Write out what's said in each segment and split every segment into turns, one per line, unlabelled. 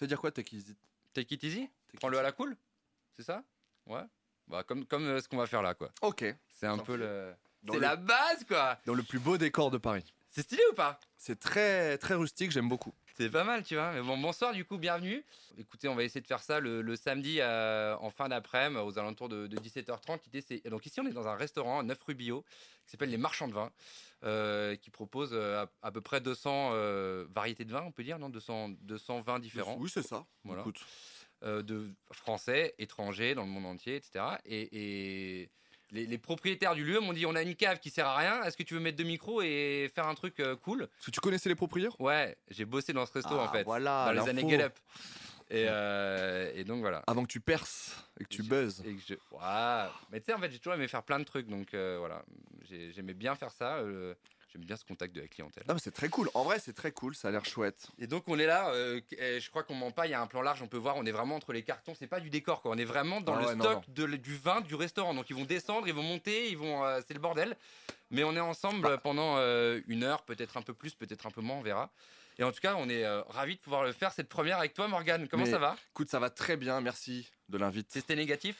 veut dire quoi, take it,
Take it easy
take
Prends-le
it-
à la cool C'est ça Ouais. Bah, comme, comme euh, ce qu'on va faire là, quoi.
Ok.
C'est un
Sans
peu
fil.
le.
Dans
C'est
le-
la base, quoi
Dans le plus beau décor de Paris.
C'est stylé ou pas
C'est très, très rustique, j'aime beaucoup.
C'est pas mal, tu vois. Mais bon, bonsoir, du coup, bienvenue. Écoutez, on va essayer de faire ça le, le samedi euh, en fin d'après-midi, aux alentours de, de 17h30. L'idée, c'est- Donc, ici, on est dans un restaurant, 9 rue Bio, qui s'appelle Les Marchands de Vin, euh, qui propose euh, à, à peu près 200 euh, variétés de vins, on peut dire, non 200, 200 vins différents.
Oui, c'est ça.
Voilà.
Écoute,
euh, de Français, étrangers, dans le monde entier, etc. Et, et les, les propriétaires du lieu m'ont dit on a une cave qui sert à rien, est-ce que tu veux mettre deux micros et faire un truc euh, cool
Parce que tu connaissais les propriétaires
Ouais, j'ai bossé dans ce resto
Ah,
en fait,
Voilà,
dans les
l'info.
années Get Up. Et, euh, et donc voilà.
Avant que tu perces et que tu
Je-
buzzes.
Et que je... Ouah. Mais tu sais, en fait, j'ai toujours aimé faire plein de trucs, donc euh, voilà. J'ai- J'aimais bien faire ça, euh, j'aime bien ce contact de la clientèle.
Non, Ah, mais c'est très cool. En vrai, c'est très cool. Ça a l'air chouette.
Et donc on est là, euh, et je crois qu'on ment pas, il y a un plan large, on peut voir, on est vraiment entre les cartons, c'est pas du décor quoi, on est vraiment dans
Ah
le
ouais, non,
stock de- du vin du restaurant. Donc ils vont descendre, ils vont monter, ils vont, euh, c'est le bordel. Mais on est ensemble
Bah.
euh, pendant euh, une heure, peut-être un peu plus, peut-être un peu moins, on verra. Et en tout cas, on est ravi ravis de pouvoir le faire cette première avec toi Morgane. Comment
Mais-
ça va
Écoute, ça va très bien. Merci de l'invite.
Testé négatif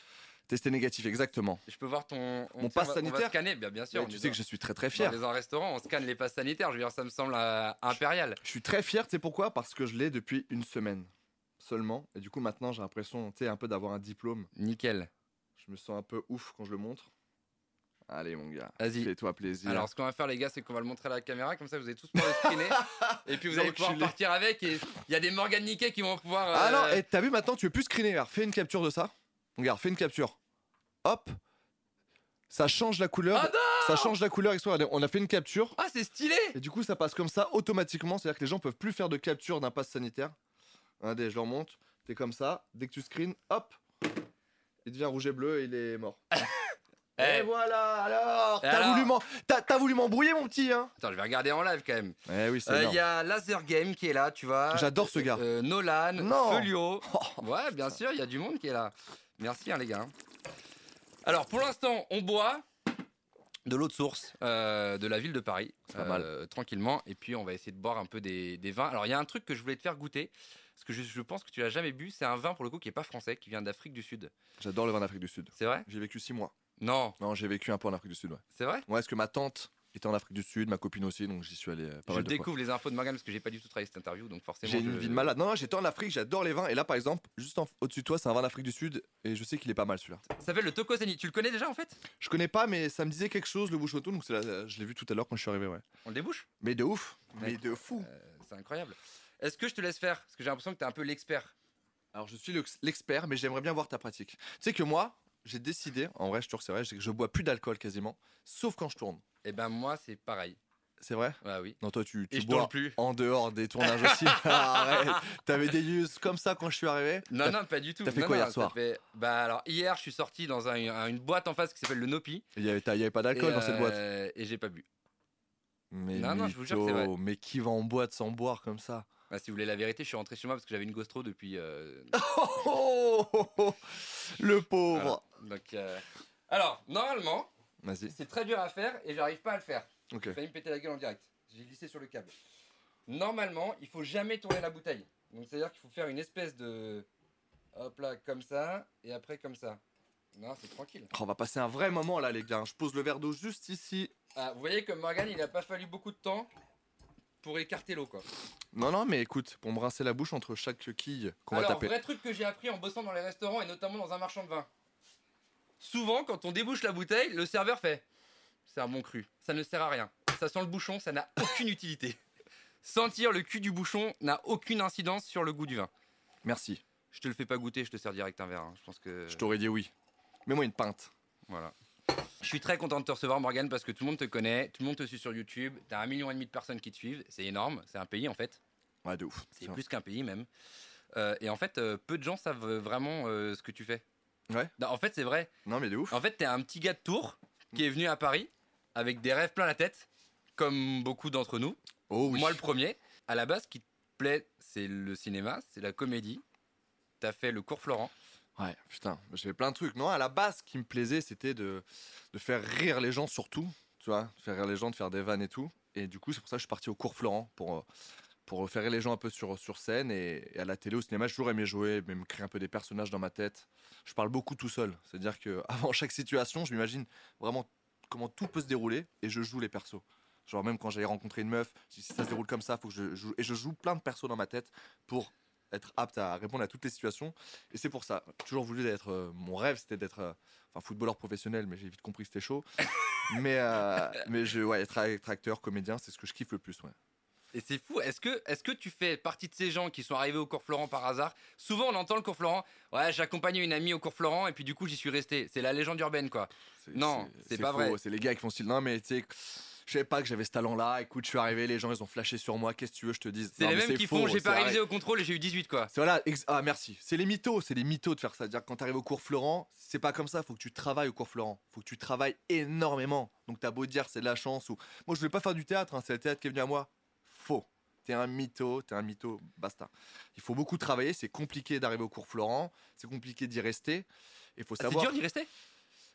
Testé négatif, exactement.
Je peux voir ton...
Mon
tiens,
pass
on va- on va
sanitaire
scanner, Bah, bien, bien sûr.
Mais
on
tu
est
sais
dans-
que je suis très très fier.
Dans les restaurants, on scanne les passes sanitaires, je veux dire, ça me semble euh, impérial.
Je suis très fier, tu sais pourquoi Parce que je l'ai depuis une semaine seulement. Et du coup, maintenant, j'ai l'impression, tu sais, un peu d'avoir un diplôme.
Nickel.
Je me sens un peu ouf quand je le montre. Allez, mon gars.
Vas-y.
Fais-toi plaisir.
Alors, ce qu'on va faire, les gars, c'est qu'on va le montrer à la caméra, comme ça vous allez tous pouvoir le scanner. et puis vous allez pouvoir
L'enculé.
partir avec. Et il y a des Morgan Niquet qui vont pouvoir. euh,
Ah non, et t'as vu maintenant, tu veux plus screener. Regarde, fais une capture de ça. Regarde, fais une capture. Hop. Ça change la couleur.
Ah
ça change la couleur. Exprès, regardez, On a fait une capture.
Ah, c'est stylé
Et du coup, ça passe comme ça automatiquement. C'est-à-dire que les gens peuvent plus faire de capture d'un pass sanitaire. Regardez, je leur montre. T'es comme ça. Dès que tu screens, hop. Il devient rouge et bleu et il est mort.
Eh.
et voilà, alors
Et
T'as
alors
voulu, m'en- t'as- t'as voulu m'embrouiller, mon petit, hein
Attends, je vais regarder en live quand même.
Eh oui,
Euh, Il y a Laser Game qui est là, tu vois.
J'adore ce gars.
Euh, Nolan,
Non.
Folio.
euh,
ouais, bien sûr, il y a du monde qui est là. Merci, hein, les gars. Alors, pour l'instant, on boit de l'eau de source euh, de la ville de Paris,
pas mal.
euh, tranquillement. Et puis, on va essayer de boire un peu des, des vins. Alors, il y a un truc que je voulais te faire goûter, parce que je, je pense que tu l'as jamais bu. C'est un vin, pour le coup, qui est pas français, qui vient d'Afrique du Sud.
J'adore le vin d'Afrique du Sud.
C'est vrai
J'ai vécu six mois.
Non,
Non, j'ai vécu un peu en Afrique du Sud, ouais.
c'est vrai
Ouais, parce que ma tante était en Afrique du Sud, ma copine aussi, donc j'y suis allé euh, pas
Je
mal de fois.
découvre les infos de Morgane, parce que j'ai pas du tout travaillé cette interview, donc forcément...
J'ai
je-
une vie de malade. Non, non, j'étais en Afrique, j'adore les vins. Et là, par exemple, juste en- au-dessus de toi, c'est un vin d'Afrique du Sud. Et je sais qu'il est pas mal celui-là.
Ça s'appelle le Tokoseni. Tu le connais déjà, en fait
Je connais pas, mais ça me disait quelque chose, le bouchon Donc c'est la- je l'ai vu tout à l'heure quand je suis arrivé, ouais.
On le débouche
Mais de ouf.
Mais
de fou.
Euh, c'est incroyable. Est-ce que je te laisse faire Parce que j'ai l'impression que t'es un peu l'expert.
Alors, je suis l'ex- l'expert, mais j'aimerais bien voir ta pratique. Tu sais que moi, j'ai décidé, en vrai, je te vrai, c'est que je bois plus d'alcool quasiment, sauf quand je tourne.
Eh ben moi, c'est pareil.
C'est vrai
Ouais, oui.
Non, toi, tu,
Et
tu
je
bois
tourne plus.
en dehors des tournages aussi. Arrête. T'avais des yeux comme ça quand je suis arrivé.
Non, non, pas du tout.
t'as fait
Non,
quoi
non,
hier
ça
soir
fait- Bah alors, hier, je suis sorti dans un- un- une boîte en face qui s'appelle le Nopi.
Il y avait, t'as- il y avait pas d'alcool
Et,
dans cette boîte.
euh, Et j'ai pas bu.
Mais
Non, non, je vous jure que
mytho,
c'est vrai.
mais qui va en boîte sans boire comme ça
Bah, si vous voulez la vérité, je suis rentré chez moi parce que j'avais une gastro depuis. euh,
oh, oh, oh, Le pauvre
voilà. Donc, euh, alors, normalement,
Vas-y.
c'est très dur à faire et j'arrive pas à le faire.
Ok.
J'ai failli me péter la gueule en direct. J'ai glissé sur le câble. Normalement, il faut jamais tourner la bouteille. Donc c'est-à-dire qu'il faut faire une espèce de hop là comme ça et après comme ça. Non, c'est tranquille.
Oh, on va passer un vrai moment là, les gars. Je pose le verre d'eau juste ici.
Ah, vous voyez que Morgan, il n'a pas fallu beaucoup de temps pour écarter l'eau quoi.
Non, non, mais écoute, pour me rincer la bouche entre chaque quille qu'on va
Alors,
taper.
vrai truc que j'ai appris en bossant dans les restaurants et notamment dans un marchand de vin. Souvent, quand on débouche la bouteille, le serveur fait C'est un bon cru, ça ne sert à rien. Ça sent le bouchon, ça n'a aucune utilité. Sentir le cul du bouchon n'a aucune incidence sur le goût du vin.
Merci.
Je te le fais pas goûter, je te sers direct un verre. hein. Je pense que.
Je t'aurais dit oui. Mets-moi une pinte.
Voilà. Je suis très content de te recevoir, Morgane, parce que tout le monde te connaît, tout le monde te suit sur YouTube. T'as un million et demi de personnes qui te suivent. C'est énorme, c'est un pays en fait.
Ouais, de ouf.
C'est
Tiens.
plus qu'un pays même. Euh, et en fait, euh, peu de gens savent euh, vraiment euh, ce que tu fais.
Ouais.
Non, en fait, c'est vrai.
Non, mais de ouf.
En fait, t'es un petit gars de Tours qui est venu à Paris avec des rêves plein la tête, comme beaucoup d'entre nous.
Oh oui.
Moi, le premier. À la base, ce qui te plaît, c'est le cinéma, c'est la comédie. T'as fait le cours Florent.
Ouais, putain, j'ai fait plein de trucs. Non, à la base, ce qui me plaisait, c'était de, de faire rire les gens surtout. Tu vois, de faire rire les gens, de faire des vannes et tout. Et du coup, c'est pour ça que je suis parti au cours Florent pour euh, pour faire rire les gens un peu sur, sur scène et, et à la télé, au cinéma, j'ai toujours aimé jouer, mais me créer un peu des personnages dans ma tête. Je parle beaucoup tout seul, c'est-à-dire que avant chaque situation, je m'imagine vraiment comment tout peut se dérouler et je joue les persos. Genre même quand j'allais rencontrer une meuf, je dis, si ça se déroule comme ça, faut que je joue et je joue plein de persos dans ma tête pour être apte à répondre à toutes les situations. Et c'est pour ça, J'ai toujours voulu être euh, mon rêve, c'était d'être euh, enfin footballeur professionnel, mais j'ai vite compris que c'était chaud. mais euh, mais je ouais, être, être acteur, comédien, c'est ce que je kiffe le plus, ouais.
Et c'est fou. Est-ce que, est-ce que tu fais partie de ces gens qui sont arrivés au cours Florent par hasard Souvent, on entend le cours Florent. Ouais, j'accompagnais une amie au cours Florent et puis du coup, j'y suis resté. C'est la légende urbaine, quoi.
C'est-
Non, c'est pas
faux,
vrai.
C'est les gars qui font style. Non, mais tu sais, je savais pas que j'avais ce talent-là. Écoute, je suis arrivé, les gens, ils ont flashé sur moi. Qu'est-ce que tu veux, je te dise
C'est
Non,
les
mais
mêmes qui
faux,
font. J'ai
c'est
pas
arrêt.
réalisé au contrôle et j'ai eu 18, quoi.
C'est voilà, ex- ah merci. C'est les mythos, c'est les mythos de faire ça. C'est-à-dire que quand t'arrives au cours Florent, c'est pas comme ça, faut que tu travailles au cours Florent. Faut que tu travailles énormément. Donc t'as beau dire c'est de la chance ou moi je voulais pas faire du théâtre, hein, c'est le théâtre qui est venu à moi. Faux. T'es un mytho, t'es un mytho, basta. Il faut beaucoup travailler, c'est compliqué d'arriver au cours Florent, c'est compliqué d'y rester. Il faut
Ah, C'est
savoir.
dur d'y rester.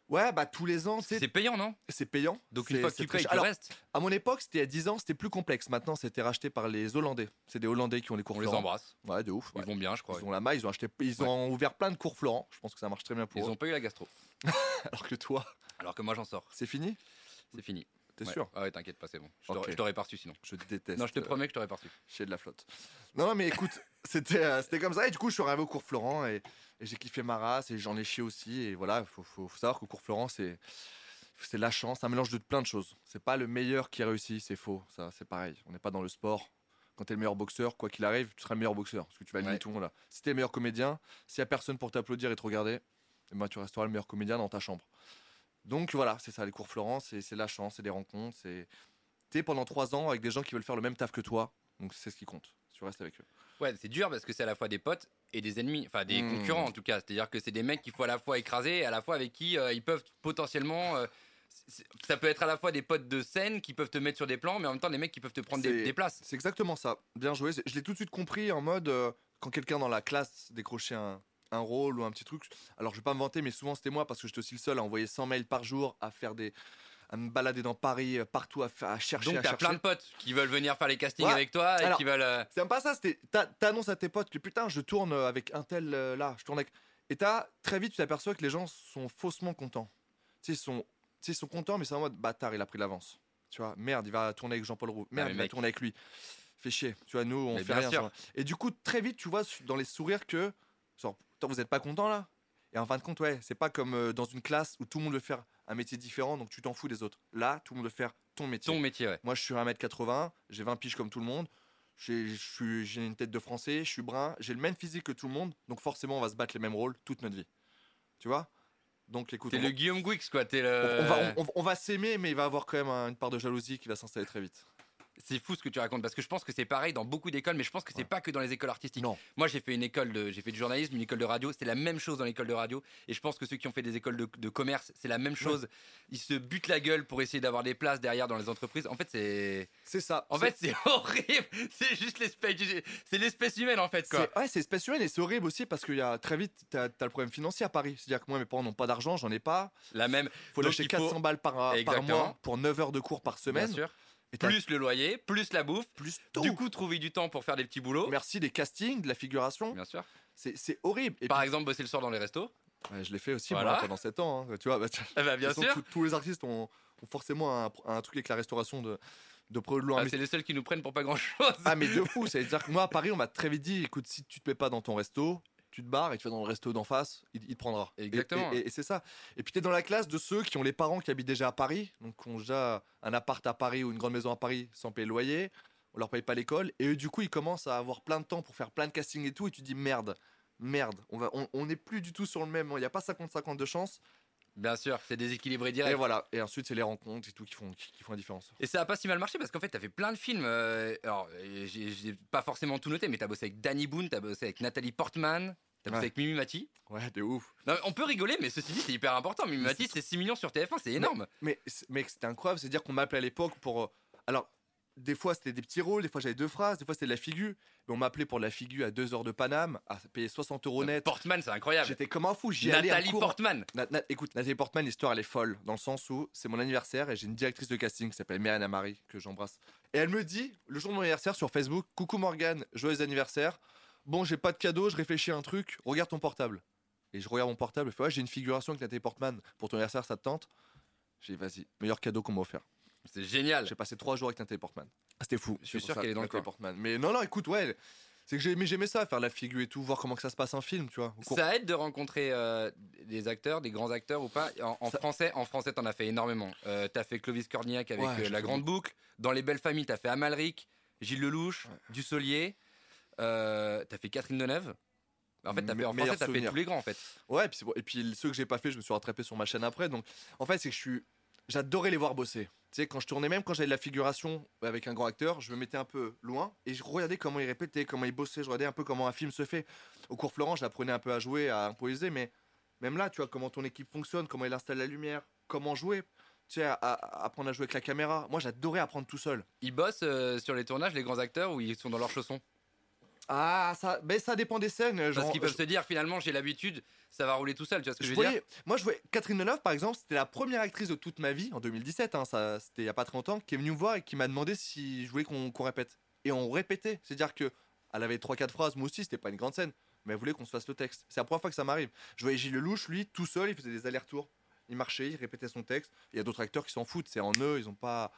Ouais, bah tous les ans, tu sais,
C'est payant, non
c'est payant.
Donc une
c'est-
fois que
c'est
tu
très
payes,
cher.
tu
Alors,
restes.
à mon époque, c'était à 10 ans, c'était plus complexe. Maintenant, c'était racheté par les Hollandais. C'est des Hollandais qui ont les cours
On les
Florent.
embrasse.
Ouais, de ouf. ouais.
Ils vont bien, je crois.
Ils ont la maille, ils ont acheté, ils
Ouais.
ont ouvert plein de cours Florent. Je pense que ça marche très bien pour
Ils
eux.
ont pas eu la gastro.
Alors que toi,
Alors que moi, j'en sors.
c'est fini
C'est fini.
T'es
Ouais.
sûr
Ah ouais, t'inquiète pas, c'est bon. Je t'aurais-
Ok.
je t'aurais pas reçu sinon.
Je déteste.
Non, je te
euh,
promets que je t'aurais pas reçu.
chier de la flotte. Non, mais écoute, c'était, euh, c'était comme ça. Et du coup, je suis arrivé au cours Florent et, et j'ai kiffé ma race et j'en ai chié aussi. Et voilà, faut, faut, faut savoir qu'au cours Florent, c'est. C'est la chance, un mélange de plein de choses. C'est pas le meilleur qui réussit, c'est faux. Ça, c'est pareil. On n'est pas dans le sport. Quand t'es le meilleur boxeur, quoi qu'il arrive, tu seras le meilleur boxeur parce que tu vas
Ouais.
limiter tout le monde là. Si t'es le meilleur comédien, s'il y a personne pour t'applaudir et te regarder, eh ben, tu resteras le meilleur comédien dans ta chambre. Donc voilà, c'est ça, les cours Florent, c'est c'est la chance, c'est des rencontres, c'est. T'es pendant trois ans avec des gens qui veulent faire le même taf que toi, donc c'est ce qui compte. Tu restes avec eux.
Ouais, c'est dur parce que c'est à la fois des potes et des ennemis, enfin des
Hmm.
concurrents en tout cas. C'est-à-dire que c'est des mecs qu'il faut à la fois écraser et à la fois avec qui euh, ils peuvent potentiellement. euh, c- c- ça peut être à la fois des potes de scène qui peuvent te mettre sur des plans, mais en même temps des mecs qui peuvent te prendre des,
C'est-
des places.
C'est exactement ça. Bien joué. Je l'ai tout de suite compris en mode euh, quand quelqu'un dans la classe décrochait un, un rôle ou un petit truc. Alors je vais pas me vanter, mais souvent c'était moi parce que j'étais aussi le seul à envoyer 100 mails par jour, à faire des, à me balader dans Paris, euh, partout, à, fa- à chercher,
Donc
à
t'as
chercher.
plein de potes qui veulent venir faire les castings
Ouais.
avec toi et
Alors-
qui veulent. euh,
C'est même pas ça. C'était t'a- t'annonces à tes potes que putain je tourne euh, avec un tel euh, là, je tourne avec. Et t'as très vite tu t'aperçois que les gens sont faussement contents. Tu sais ils sont, tu sais, ils sont contents mais c'est en mode bâtard il a pris l'avance. Tu vois merde il va tourner avec Jean-Paul Roux. Merde
Ah, mais
il va
mec.
tourner avec lui. Fait chier. Tu vois nous on
Mais
fait
bien
rien.
sûr.
genre. Et du coup très vite tu vois su- dans les sourires que genre putain vous êtes pas content là. Et en fin de compte ouais c'est pas comme euh, dans une classe où tout le monde veut faire un métier différent donc tu t'en fous des autres. Là tout le monde veut faire ton métier.
Ton métier, ouais.
Moi, je suis 1m80, j'ai 20 piges comme tout le monde. J'ai je suis- j'ai une tête de français, je suis brun, j'ai le même physique que tout le monde. Donc, forcément, on va se battre les mêmes rôles toute notre vie. Tu vois Donc, écoute,
T'es
on,
le euh, Guillaume Guix, quoi. T'es
on-
le.
on va, on- on va s'aimer, mais il va avoir quand même un- une part de jalousie qui va s'installer très vite.
C'est fou ce que tu racontes parce que je pense que c'est pareil dans beaucoup d'écoles, mais je pense que c'est
Ouais.
pas que dans les écoles artistiques.
Non.
Moi, j'ai fait une école de, j'ai fait du journalisme, une école de radio. C'est la même chose dans l'école de radio. Et je pense que ceux qui ont fait des écoles de, de commerce, c'est la même chose. Ils se butent la gueule pour essayer d'avoir des places derrière dans les entreprises. En fait, c'est,
C'est ça.
en fait, c'est horrible. C'est juste l'espèce, du- c'est l'espèce humaine en fait, quoi.
C'est- Ouais, c'est espèce humaine et c'est horrible aussi parce qu'il y a très vite, t'as as le problème financier à Paris. C'est-à-dire que moi, mes parents n'ont pas d'argent, j'en ai pas.
La même.
Faut
Donc,
lâcher
il faut-
400 balles par, par
Exactement.
mois pour 9 heures de cours par
bien
semaine.
sûr.
Et t'as
Plus le loyer, plus la bouffe.
plus tout.
Du coup, trouver du temps pour faire des petits boulots.
Merci des castings, de la figuration.
Bien sûr.
C'est c'est horrible. Et
Par exemple, bosser le soir dans les restos.
Ouais, je l'ai fait aussi
Voilà.
moi, pendant 7 ans. hein. Tu vois, bah, tu-
Ah
de
bah, bien
toute
sûr.
façon, tous- tous les artistes ont, ont forcément un, un truc avec la restauration de, de près ou de loin.
Ah,
Mais-
c'est les seuls qui nous prennent pour pas grand chose.
ah, mais de fou, c'est-à-dire que moi à Paris, on m'a très vite dit écoute, si tu te mets pas dans ton resto, tu te barres et tu vas dans le resto d'en face, il, il te prendra. Et-
Exactement.
Et, et- et c'est ça. Et puis tu es dans la classe de ceux qui ont les parents qui habitent déjà à Paris, donc qui ont déjà un appart à Paris ou une grande maison à Paris sans payer le loyer, on leur paye pas l'école, et eux, du coup, ils commencent à avoir plein de temps pour faire plein de castings et tout, et tu te dis merde. Merde, on va, on, on est plus du tout sur le même. Il n'y a pas 50-50 de chance.
Bien sûr, c'est déséquilibré
Et
direct.
voilà, et ensuite c'est les rencontres et tout qui font, qui, qui font la différence.
Et ça a pas si mal marché parce qu'en fait, t'as fait plein de films. euh, alors, euh, j'ai j'ai pas forcément tout noté, mais t'as bossé avec Danny Boone, t'as bossé avec Nathalie Portman, t'as bossé
Ouais.
avec Mimi Mati.
Ouais, de ouf.
Non, mais on peut rigoler, mais ceci dit, c'est hyper important. Mimi
Mais
Mati, c'est 6 millions sur TF1, c'est énorme.
Mais c'est- mec, c'était incroyable, c'est-à-dire qu'on m'appelait à l'époque pour. euh, Alors, des fois, c'était des petits rôles, des fois, j'avais deux phrases, des fois, c'était de la figure. Mais on m'appelait pour de la figure à deux heures de Paname, à payer 60 euros net.
Portman, c'est incroyable.
J'étais comme un fou, j'y allais en
Nathalie
cours.
Portman.
Na- na- écoute, Nathalie Portman, l'histoire elle est folle, dans le sens où c'est mon anniversaire et j'ai une directrice de casting qui s'appelle Myriam Amari, que j'embrasse. Et elle me dit, le jour de mon anniversaire sur Facebook, Coucou Morgane, joyeux anniversaire. Bon, j'ai pas de cadeau, je réfléchis à un truc, regarde ton portable. Et je regarde mon portable, elle fait, ouais, j'ai une figuration avec Nathalie Portman, pour ton anniversaire, ça te tente J'ai dit, vas-y, meilleur cadeau qu'on m'a offert.
C'est génial.
J'ai passé trois jours avec Nathalie Portman. Ah, C'était fou.
Je suis
C'est
sûr
pour ça,
qu'elle est dans le
Nathalie
coin.
Portman. Mais non, non, écoute, ouais, c'est que j'ai- mais j'aimais ça, faire la figure et tout, voir comment que ça se passe un film, tu vois. au cours-
Ça aide de rencontrer euh, des acteurs, des grands acteurs ou pas. En, en
Ça-
français, en français, t'en as fait énormément. Euh, t'as fait Clovis Cornillac avec
Ouais,
euh,
j'ai
La
fait
Grande Boucle. Dans Les Belles Familles, t'as fait Amalric, Gilles Lelouch, Dussolier. Euh, t'as fait Catherine Deneuve. En fait, t'as fait, en
Me- meilleur
français, t'as fait
souvenir.
tous les grands en fait.
Ouais, et puis, c'est bon. et puis ceux que j'ai pas fait, je me suis rattrapé sur ma chaîne après. Donc, en fait, c'est que je suis, j'adorais les voir bosser. Tu sais, quand je tournais, même quand j'avais de la figuration avec un grand acteur, je me mettais un peu loin et je regardais comment il répétait, comment il bossait, je regardais un peu comment un film se fait. Au cours Florent, j'apprenais un peu à jouer, à improviser, mais même là, tu vois, comment ton équipe fonctionne, comment il installe la lumière, comment jouer, tu sais, à- à- à apprendre à jouer avec la caméra. Moi, j'adorais apprendre tout seul.
Ils bossent euh, sur les tournages, les grands acteurs, où ils sont dans leurs chaussons.
Ah, ça, mais ça dépend des scènes.
Parce
genre-
qu'ils peuvent se dire, finalement, j'ai l'habitude, ça va rouler tout seul. Tu vois ce que je,
Je
veux dire
voyais- moi, je voyais Catherine Deneuve, par exemple, c'était la première actrice de toute ma vie, en 2017, hein, ça, c'était il n'y a pas très longtemps, qui est venue me voir et qui m'a demandé si je voulais qu'on qu'on répète. Et on répétait, c'est-à-dire que elle avait 3-4 phrases, moi aussi, c'était pas une grande scène, mais elle voulait qu'on se fasse le texte. C'est la première fois que ça m'arrive. Je voyais Gilles Lelouch, lui, tout seul, il faisait des allers-retours. Il marchait, il répétait son texte. Il y a d'autres acteurs qui s'en foutent, c'est en eux, ils ont pas,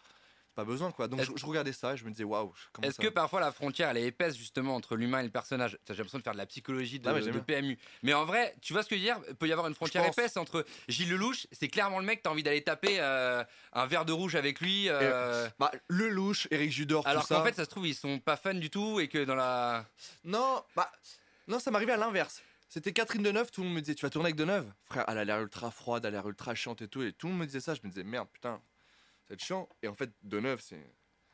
pas besoin, quoi. Donc
Est-ce-
je, je regardais ça et je me disais, waouh, comment
Est-ce
ça
que parfois la frontière elle est épaisse justement entre l'humain et le personnage T'as- J'ai l'impression de faire de la psychologie de,
Ah ouais, j'aime
de
bien.
PMU. Mais en vrai, tu vois ce que je veux dire Peut y avoir une frontière
Je pense.
épaisse entre Gilles Lelouch, c'est clairement le mec, t'as envie d'aller taper euh, un verre de rouge avec lui. euh,
Bah, Lelouch, Eric Judor,
alors
tout ça.
qu'en fait, ça se trouve, ils sont pas fans du tout et que dans la.
Non, bah, non, ça m'arrivait à l'inverse. C'était Catherine Deneuve, tout le monde me disait Tu vas tourner avec Deneuve Frère, elle a l'air ultra froide, elle a l'air ultra chiante et tout. Et tout le monde me disait ça. Je me disais Merde, putain, c'est chiant. Et en fait, Deneuve, c'est.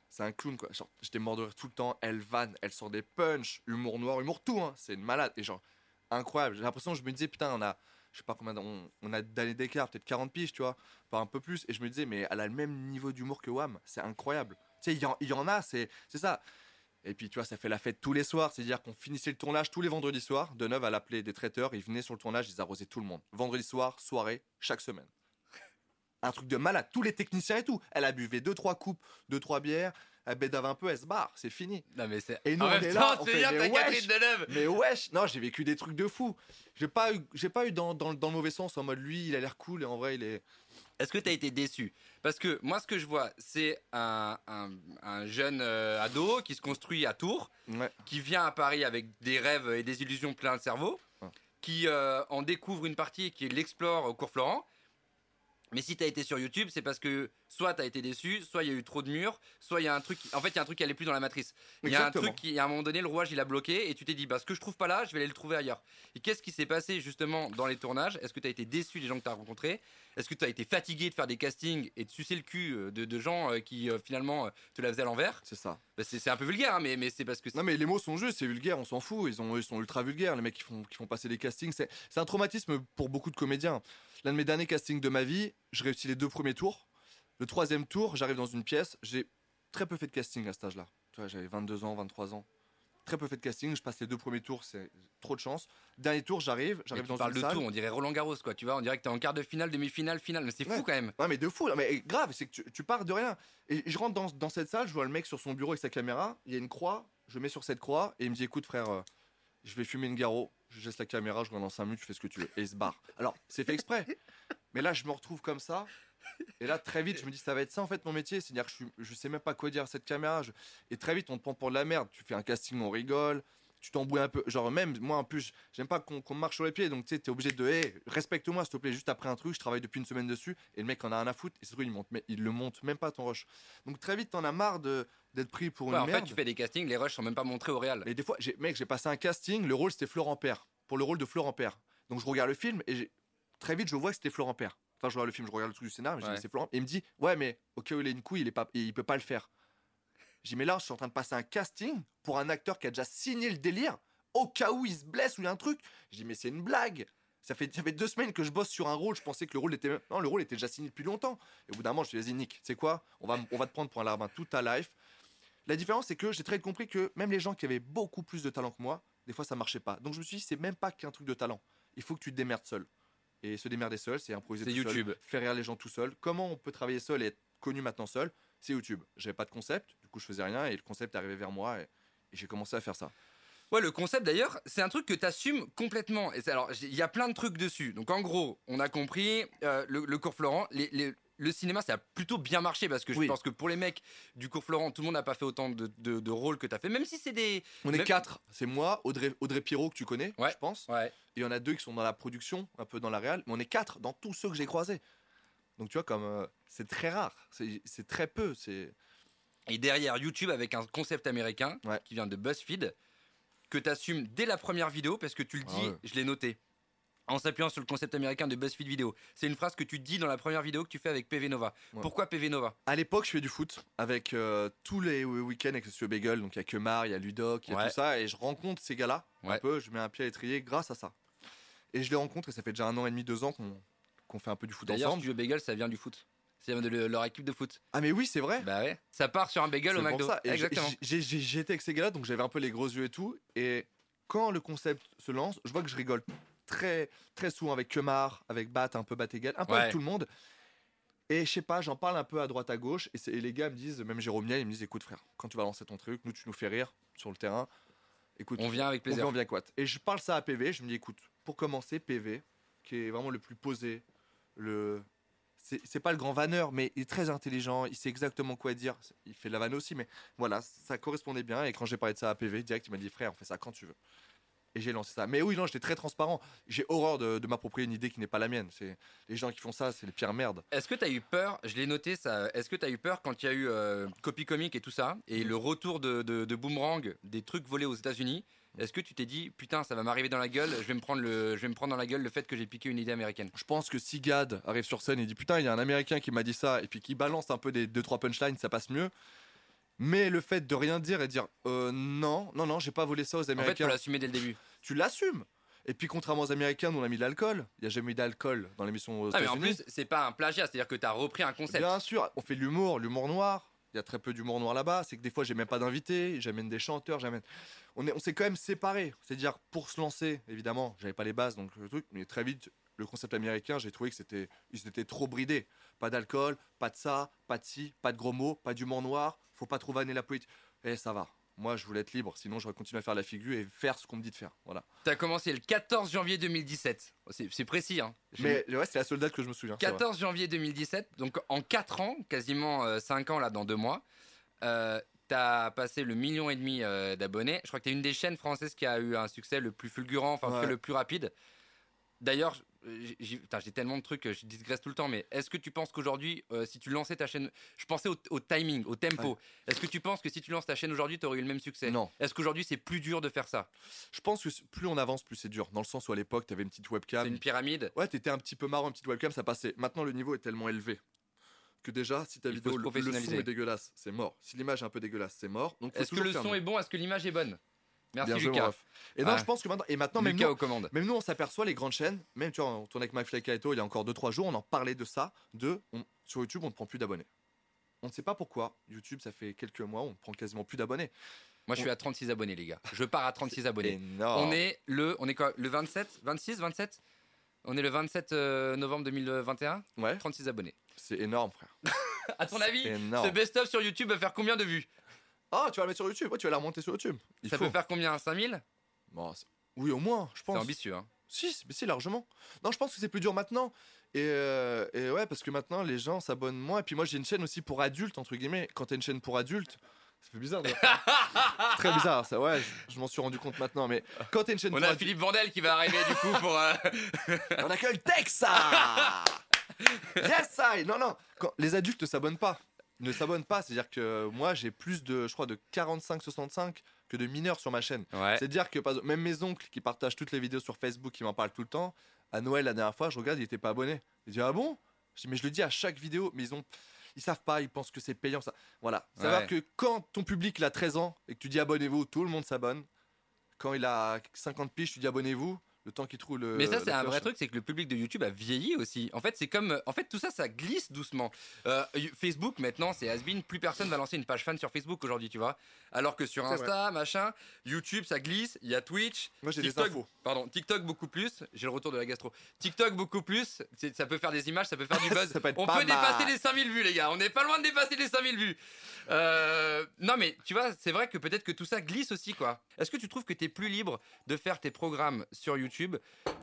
C'est un clown quoi. Genre, j'étais mort de rire tout le temps. Elle vanne, elle sort des punchs, humour noir, humour tout. Hein. C'est une malade. Et genre, incroyable. J'ai l'impression, je me disais, putain, on a, je sais pas combien, d'an- on, on a d'années d'écart, peut-être 40 piges, tu vois, pas un peu plus. Et je me disais, mais elle a le même niveau d'humour que Wam. C'est incroyable. Tu sais, il y, en- il y en a, c'est c'est ça. Et puis, tu vois, ça fait la fête tous les soirs. C'est-à-dire qu'on finissait le tournage tous les vendredis soirs. Deneuve, elle appelait des traiteurs, ils venaient sur le tournage, ils arrosaient tout le monde. Vendredi soir, soirée, chaque semaine. Un truc de malade, tous les techniciens et tout. Elle a buvé deux, trois coupes, deux, trois bières, elle bédave un peu, elle se barre, c'est fini.
Non mais c'est.
Et nous,
en
on
même
est
temps,
là, on
tu
fait,
veux dire,
mais
t'as
wesh.
Catherine Deneuve
Mais wesh, non, j'ai vécu des trucs de fou. J'ai pas eu, j'ai pas eu dans, dans, le- dans le mauvais sens en mode lui, il a l'air cool et en vrai, il est.
Est-ce que t'as été déçu Parce que moi, ce que je vois, c'est un, un- un jeune euh, ado qui se construit à Tours.
Ouais.
qui vient à Paris avec des rêves et des illusions plein le cerveau,
Ouais.
qui euh, en découvre une partie et qui l'explore au cours Florent. Mais si t'as été sur YouTube, c'est parce que soit t'as été déçu, soit il y a eu trop de murs, soit il y a un truc. En fait, il y a un truc qui allait plus dans la matrice. Il y a un
Exactement.
truc qui, à un moment donné, le rouage il a bloqué et tu t'es dit, bah ce que je trouve pas là, je vais aller le trouver ailleurs. Et qu'est-ce qui s'est passé justement dans les tournages Est-ce que t'as été déçu des gens que t'as rencontrés Est-ce que t'as été fatigué de faire des castings et de sucer le cul euh, de, de gens euh, qui euh, finalement euh, te la faisaient à l'envers
C'est ça.
Bah, C'est c'est un peu vulgaire, hein, mais, mais c'est parce que
Non, mais les mots sont justes, c'est vulgaire, on s'en fout. Ils, ont, ils sont ultra vulgaires, les mecs qui font, qui font passer des castings. C'est, c'est un traumatisme pour beaucoup de comédiens. L'un de mes derniers castings de ma vie, je réussis les deux premiers tours. Le troisième tour, j'arrive dans une pièce. J'ai très peu fait de casting à cet âge-là. Tu vois, j'avais 22 ans, 23 ans. Très peu fait de casting. Je passe les deux premiers tours, c'est trop de chance. Dernier tour, j'arrive.
Mais
J'arrive
tu
dans
parles
une
de
salle.
tout, hein. on dirait Roland Garros, quoi. Tu vois, on dirait que t'es en quart de finale, demi-finale, finale. Mais c'est
Ouais.
fou quand même.
Ouais, mais de fou, non, mais grave, c'est que tu, tu pars de rien. Et je rentre dans, dans cette salle, je vois le mec sur son bureau avec sa caméra, il y a une croix, je mets sur cette croix et il me dit écoute frère, euh, je vais fumer une garo, je laisse la caméra, je reviens dans 5 minutes, tu fais ce que tu veux. Et il se barre. Alors, c'est fait exprès. Mais là, je me retrouve comme ça. Et là, très vite, je me dis, ça va être ça en fait mon métier. C'est-à-dire que je, suis- je sais même pas quoi dire à cette caméra. Je- Et très vite, on te prend pour de la merde. Tu fais un casting, on rigole. Tu t'embrouilles un peu. Genre, même moi, en plus, j'aime pas qu'on qu'on me marche sur les pieds. Donc, tu sais, t'es obligé de, hey, respecte-moi, s'il te plaît. Juste après un truc, je travaille depuis une semaine dessus. Et le mec en a rien à foutre. Et ce truc, il, monte, mais il le monte même pas ton rush. Donc, très vite, t'en as marre de- d'être pris pour
Ouais,
une
en
merde.
fait, tu fais des castings, les rushs sont même pas montrés au réel.
Mais des fois, j'ai- mec, j'ai passé un casting, le rôle c'était Florent Père, pour le rôle de Florent Père. Donc je regarde le film et j'ai- très vite je vois que c'était Florent Père. Enfin, je regarde le film, je regarde le truc du scénario, mais je dis,
Ouais.
mais c'est Florent. Et il me dit, ouais, mais au cas où il a une couille, il, est pas, il peut pas le faire. J'ai dit, mais là, je suis en train de passer un casting pour un acteur qui a déjà signé le délire, au cas où il se blesse ou il y a un truc. J'ai dit, mais c'est une blague. Ça fait, ça fait deux semaines que je bosse sur un rôle, je pensais que le rôle était. même- Non, le rôle était déjà signé depuis longtemps. Et au bout d'un moment, je suis dit, vas-y, Nick, tu sais quoi on va, on va te prendre pour un larbin toute ta life. La différence, c'est que j'ai très vite compris que même les gens qui avaient beaucoup plus de talent que moi, des fois, ça marchait pas. Donc, je me suis dit, c'est même pas qu'un truc de talent. Il faut que tu te démerdes seul. Et se démerder seul, c'est improviser
C'est
tout seul,
YouTube.
faire rire les gens tout seul. Comment on peut travailler seul et être connu maintenant seul C'est YouTube. J'avais pas de concept, du coup, je faisais rien et le concept arrivait vers moi et, et j'ai commencé à faire ça.
Ouais, le concept d'ailleurs, c'est un truc que tu assumes complètement. Et c'est- alors, j'ai- il y a plein de trucs dessus. Donc, en gros, on a compris, euh, le, le cours Florent, les- les- le cinéma, ça a plutôt bien marché parce que je
Oui.
pense que pour les mecs du cours Florent, tout le monde n'a pas fait autant de, de- de rôles que tu as fait, même si c'est des.
On est
Même-
quatre. C'est moi, Audrey, Audrey Pirot, que tu connais,
Ouais.
je pense.
Ouais.
Et il y en a deux qui sont dans la production, un peu dans la réal. Mais on est quatre dans tous ceux que j'ai croisés. Donc, tu vois, comme euh, c'est très rare. C'est c'est très peu. C'est.
Et derrière YouTube, avec un concept américain
Ouais.
qui vient de BuzzFeed, que tu assumes dès la première vidéo parce que tu le dis,
Ah ouais.
je l'ai noté. En s'appuyant sur le concept américain de BuzzFeed vidéo. C'est une phrase que tu dis dans la première vidéo que tu fais avec PV Nova.
Ouais.
Pourquoi PV Nova
À l'époque, je fais du foot avec euh, tous les we- week-ends avec Monsieur Bagel. Donc il y a Kemar, il y a Ludoc, il y a
Ouais.
tout ça. Et je rencontre ces gars-là
Ouais.
un peu. Je mets un pied à l'étrier grâce à ça. Et je les rencontre et ça fait déjà un an et demi, deux ans qu'on qu'on fait un peu du foot
D'ailleurs,
ensemble.
Studio Bagel, ça vient du foot. C'est de le- leur équipe de foot.
Ah mais oui, c'est vrai.
Bah ouais. Ça part sur un bagel
C'est
au
pour
McDo.
ça. Et j-
Exactement.
j- j'ai- j'ai- J'étais avec ces gars-là, donc j'avais un peu les gros yeux et tout. Et quand le concept se lance, je vois que je rigole très, très souvent avec Kemar, avec Bat, un peu Bat égal, un peu
Ouais.
avec tout le monde. Et je sais pas, j'en parle un peu à droite à gauche. Et, c'est- et les gars me disent, même Jérôme Niel, ils me disent écoute, frère, quand tu vas lancer ton truc, nous, tu nous fais rire sur le terrain. Écoute,
On vient avec
on
plaisir.
vient, on vient, quoi. Et je parle ça à PV, je me dis écoute, pour commencer, PV, qui est vraiment le plus posé, le. C'est c'est pas le grand vanneur, mais il est très intelligent, il sait exactement quoi dire. Il fait de la vanne aussi, mais voilà, ça correspondait bien. Et quand j'ai parlé de ça à PV, direct, il m'a dit frère, on fait ça quand tu veux. Et j'ai lancé ça. Mais oui, non, j'étais très transparent. J'ai horreur de, de m'approprier une idée qui n'est pas la mienne. C'est les gens qui font ça, c'est les pires merdes.
Est-ce que t'as eu peur Je l'ai noté ça. Est-ce que t'as eu peur quand il y a eu euh, Copy Comic et tout ça et le retour de, de- de Boomerang, des trucs volés aux États-Unis Est-ce que tu t'es dit putain ça va m'arriver dans la gueule Je vais me prendre le, je vais me prendre dans la gueule le fait que j'ai piqué une idée américaine.
Je pense que si Gad arrive sur scène et dit putain, il y a un américain qui m'a dit ça, et puis qui balance un peu des 2-3 punchlines, ça passe mieux. Mais le fait de rien dire et dire Euh, non, non, non, j'ai pas volé ça aux
En fait, faut
Américains,
l'assumer dès le début.
tu l'assumes. Et puis, contrairement aux Américains, nous on a mis de l'alcool. Il n'y a jamais eu d'alcool dans l'émission aux
Ah mais en
États-Unis.
plus c'est pas un plagiat, c'est-à-dire que t'as repris un concept.
Bien sûr, on fait de l'humour, l'humour noir. Il y a très peu d'humour noir là-bas. C'est que des fois, j'ai même pas d'invités, j'amène des chanteurs, j'amène. On est- on s'est quand même séparés. C'est-à-dire, pour se lancer, évidemment, j'avais pas les bases, donc le truc, mais très vite, le concept américain, j'ai trouvé que c'était, ils étaient trop bridés. Pas d'alcool, pas de ça, pas de ci, pas de gros mots, pas d'humour noir, faut pas trop vanner la politique. Eh, ça va. Moi, je voulais être libre, sinon j'aurais continué à faire la figure et faire ce qu'on me dit de faire. Voilà.
T'as commencé le 14 janvier 2017. C'est c'est précis hein.
Mais ouais, c'est la seule date que je me souviens. c'est vrai.
14 janvier 2017, donc en 4 ans, quasiment 5 ans là dans 2 mois, euh, t'as passé le million et demi euh, d'abonnés. Je crois que t'es une des chaînes françaises qui a eu un succès le plus fulgurant, enfin en tout cas,
Ouais.
le plus rapide. D'ailleurs, euh, j'ai- j'ai putain, j'ai tellement de trucs, euh, je digresse tout le temps, mais est-ce que tu penses qu'aujourd'hui, euh, si tu lançais ta chaîne, je pensais au, au timing, au tempo, est-ce que tu penses que si tu lances ta chaîne aujourd'hui, t'aurais eu le même succès
Non.
Est-ce qu'aujourd'hui c'est plus dur de faire ça
Je pense que c- plus on avance, plus c'est dur. Dans le sens où à l'époque, t'avais une petite webcam.
C'est une pyramide.
Ouais, t'étais un petit peu marrant, une petite webcam, ça passait. Maintenant, le niveau est tellement élevé que déjà, si ta
Il faut
vidéo, le, le
se
son
professionnaliser.
est dégueulasse, c'est mort. Si l'image est un peu dégueulasse, c'est mort. Donc, faut
Est-ce que
toujours
le
faire
son
mieux.
est bon Est-ce que l'image est bonne Merci
Bien joué, mon
Lucas.
ref. Et non,
Ah.
je pense que maintenant, et maintenant même,
Lucas
nous,
aux commandes.
même nous, on s'aperçoit les grandes chaînes. Même tu vois, on tournait avec MyFly Kaito il y a encore 2-3 jours, on en parlait de ça. De on- sur YouTube, on ne prend plus d'abonnés. On ne sait pas pourquoi. YouTube, ça fait quelques mois, on prend quasiment plus d'abonnés.
Moi, je suis à 36 abonnés, les gars. Je pars à 36 abonnés.
Énorme.
On est le, on est quoi Le 27, 26, 27 On est le 27 euh, novembre 2021.
Ouais,
36 abonnés.
c'est énorme, frère.
À ton avis,
Énorme.
ce best-of sur YouTube va faire combien de vues
Ah, tu vas le mettre sur YouTube. Ouais, tu vas la remonter sur YouTube. Il
Ça
faut.
peut faire combien 5000
Bon, c'est- oui, au moins, je
C'est
pense.
ambitieux. Hein.
Si, c- mais si, largement. Non, je pense que c'est plus dur maintenant. Et, euh, et ouais, parce que maintenant, les gens s'abonnent moins. Et puis moi, j'ai une chaîne aussi pour adultes, entre guillemets. Quand t'as une chaîne pour adultes, ça fait bizarre. d'ailleurs. Très bizarre, ça, ouais, je, je m'en suis rendu compte maintenant. Mais quand t'as une chaîne
On
pour
a
adultes.
Philippe Vandel qui va arriver du coup pour. euh,
On accueille Texas Yes, I Non, non, quand- les adultes ne s'abonnent pas. Ne s'abonnent pas, c'est-à-dire que moi, j'ai plus de, je crois, de 45-65 que de mineurs sur ma chaîne.
Ouais.
C'est-à-dire que par exemple, même mes oncles qui partagent toutes les vidéos sur Facebook, qui m'en parlent tout le temps, à Noël la dernière fois, je regarde, il était pas abonné. Il dit ah bon Je dis mais je le dis à chaque vidéo, mais ils ont ils savent pas, ils pensent que c'est payant ça. Voilà. Ça veut
Ouais.
dire que quand ton public il a 13 ans et que tu dis abonnez-vous, tout le monde s'abonne. Quand il a 50 piges, tu dis abonnez-vous, le temps qu'il trouve le.
Mais ça,
la
c'est un vrai
perche.
truc, c'est que le public de YouTube a vieilli aussi. En fait, c'est comme. En fait, tout ça, ça glisse doucement. Euh, you- Facebook, maintenant, c'est has-been. Plus personne va lancer une page fan sur Facebook aujourd'hui, tu vois. Alors que sur
C'est vrai.
Insta, machin, YouTube, ça glisse. Il y a Twitch.
Moi, j'ai des
TikTok.
infos.
Pardon, TikTok beaucoup plus. J'ai le retour de la gastro. TikTok beaucoup plus. c'est- Ça peut faire des images, ça peut faire du buzz.
Ça peut être
on
pas
peut dépasser
mal.
les 5000 vues, les gars. On n'est pas loin de dépasser les 5000 vues. Euh, non, mais tu vois, c'est vrai que peut-être que tout ça glisse aussi, quoi. Est-ce que tu trouves que tu es plus libre de faire tes programmes sur YouTube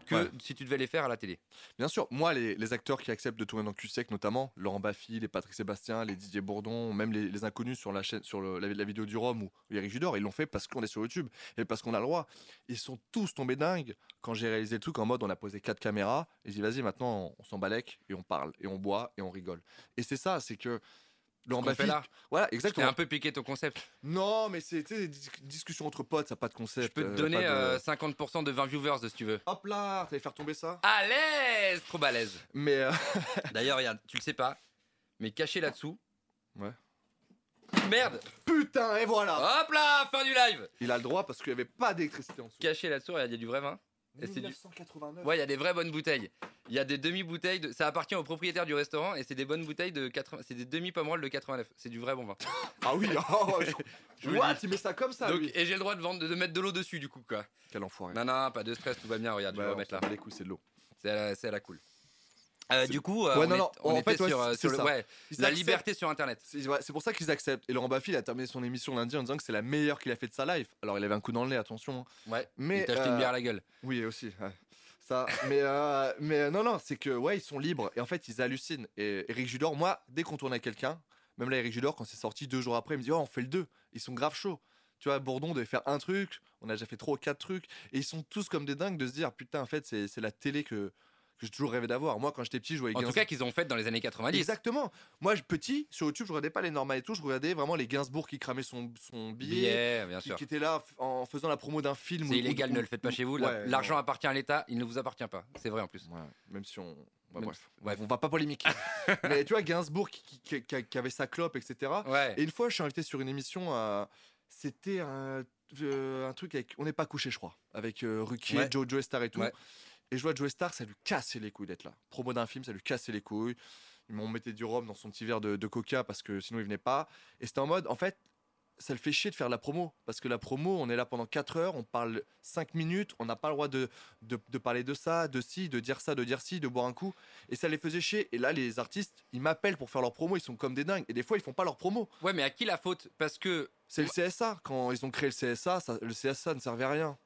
que
Ouais.
si tu devais les faire à la télé
Bien sûr, moi, les, les acteurs qui acceptent de tourner dans Q-Sec, notamment Laurent Baffy, les Patrick Sébastien, les Didier Bourdon, même les, les inconnus sur la chaîne, sur le- la, la vidéo du Rhum ou Eric Judor, ils l'ont fait parce qu'on est sur YouTube et parce qu'on a le droit. Ils sont tous tombés dingues quand j'ai réalisé le truc en mode on a posé quatre caméras et j'ai dit vas-y, maintenant on, s'en s'embalèque et on parle et on boit et on rigole. Et c'est ça, c'est que Laurent
Qu'on fait
Baffy.
là
Voilà,
T'es
bah, exactement.
un peu piqué ton concept.
Non, mais c'est tu sais, des dis- discussions entre potes, ça n'a pas de concept.
Je peux te
euh,
donner
pas de-
euh, 50% de 20 viewers de si tu veux.
Hop là, t'allais faire tomber ça
À l'aise Trop balèze.
Mais. euh,
D'ailleurs, regarde, tu le sais pas, mais caché là-dessous.
Ouais.
Merde
Putain, et voilà
Hop là Fin du live
Il a le droit parce qu'il n'y avait pas d'électricité en dessous.
Caché là-dessous, regarde, il y a du vrai vin. Et c'est du-
1989.
Ouais, il y a des vraies bonnes bouteilles. Il y a des demi-bouteilles. de- Ça appartient au propriétaire du restaurant et c'est des bonnes bouteilles de 80. C'est des demi-pommerolles de 89. C'est du vrai bon vin.
Ah oui, oh, je...
Je vous le
What
dis.
Il met ça comme ça,
Donc,
lui.
et j'ai le droit de, vendre, de mettre de l'eau dessus, du coup, quoi.
Quel enfoiré.
Non, non, pas de stress, tout va bien,
Bah,
regarde, je vais remettre là.
Les couilles, c'est de l'eau.
C'est à, la- c'est à la cool. Euh,
C'est-
du coup, euh,
Ouais,
on,
non,
est-
non,
on
en
était
fait, ouais,
sur, euh,
c'est-
sur
c'est
le-
ça.
ouais,
Ils
la
acceptent-
liberté sur Internet.
C'est ouais, c'est pour ça qu'ils acceptent. Et Laurent Baffy, il a terminé son émission lundi en disant que c'est la meilleure qu'il a fait de sa life. Alors, il avait un coup dans le nez, attention. hein.
Ouais,
Mais,
il t'a acheté une
euh,
bière à la gueule.
Oui, aussi. ouais. Ça, mais, euh, mais euh, non, non, c'est que, ouais, ils sont libres. Et en fait, ils hallucinent. Et Eric Judor, moi, dès qu'on tourne avec quelqu'un, même là, Eric Judor, quand c'est sorti deux jours après, il me dit, oh, on fait le 2. Ils sont grave chauds. Tu vois, Bourdon devait faire un truc, on a déjà fait trois ou quatre trucs. Et ils sont tous comme des dingues de se dire, putain, en fait, c'est c'est la télé que, que j'ai toujours rêvé d'avoir. Moi, quand j'étais petit, je voyais
En tout
Gainsbourg.
cas, qu'ils ont fait dans les années 90.
Exactement. Moi, je- petit, sur YouTube, je regardais pas les normales et tout, je regardais vraiment les Gainsbourg qui cramaient son, son billet,
Billet, bien
qui,
sûr.
qui était là f- en faisant la promo d'un film.
C'est
ou-
illégal,
ou-
ne le faites pas chez vous. la-
Ouais,
L'argent
non.
appartient à l'État, il ne vous appartient pas. C'est vrai en plus.
Ouais, même si on. bah,
Même-
bref.
bref.
on va pas polémiquer. Mais tu vois, Gainsbourg qui, qui- qui- qui a- qui avait sa clope, etc.
Ouais.
Et une fois, je suis invité sur une émission, à- c'était un, euh, un truc avec On n'est pas couché, je crois, avec euh, Ruquier,
Ouais.
Joe, Joe Star et tout.
Ouais.
Et je vois Joe Star, ça lui cassait les couilles d'être là. Promo d'un film, ça lui cassait les couilles. Ils m'ont mettait du rhum dans son petit verre de, de coca parce que sinon il venait pas. Et c'était en mode, en fait, ça le fait chier de faire de la promo. Parce que la promo, on est là pendant 4 heures, on parle 5 minutes, on n'a pas le droit de, de, de parler de ça, de ci, de dire ça, de dire ci, de boire un coup. Et ça les faisait chier. Et là, les artistes, ils m'appellent pour faire leur promo, ils sont comme des dingues. Et des fois, ils font pas leur promo.
ouais, mais à qui la faute Parce que,
C'est le CSA. Quand ils ont créé le CSA, ça- le CSA ne servait à rien.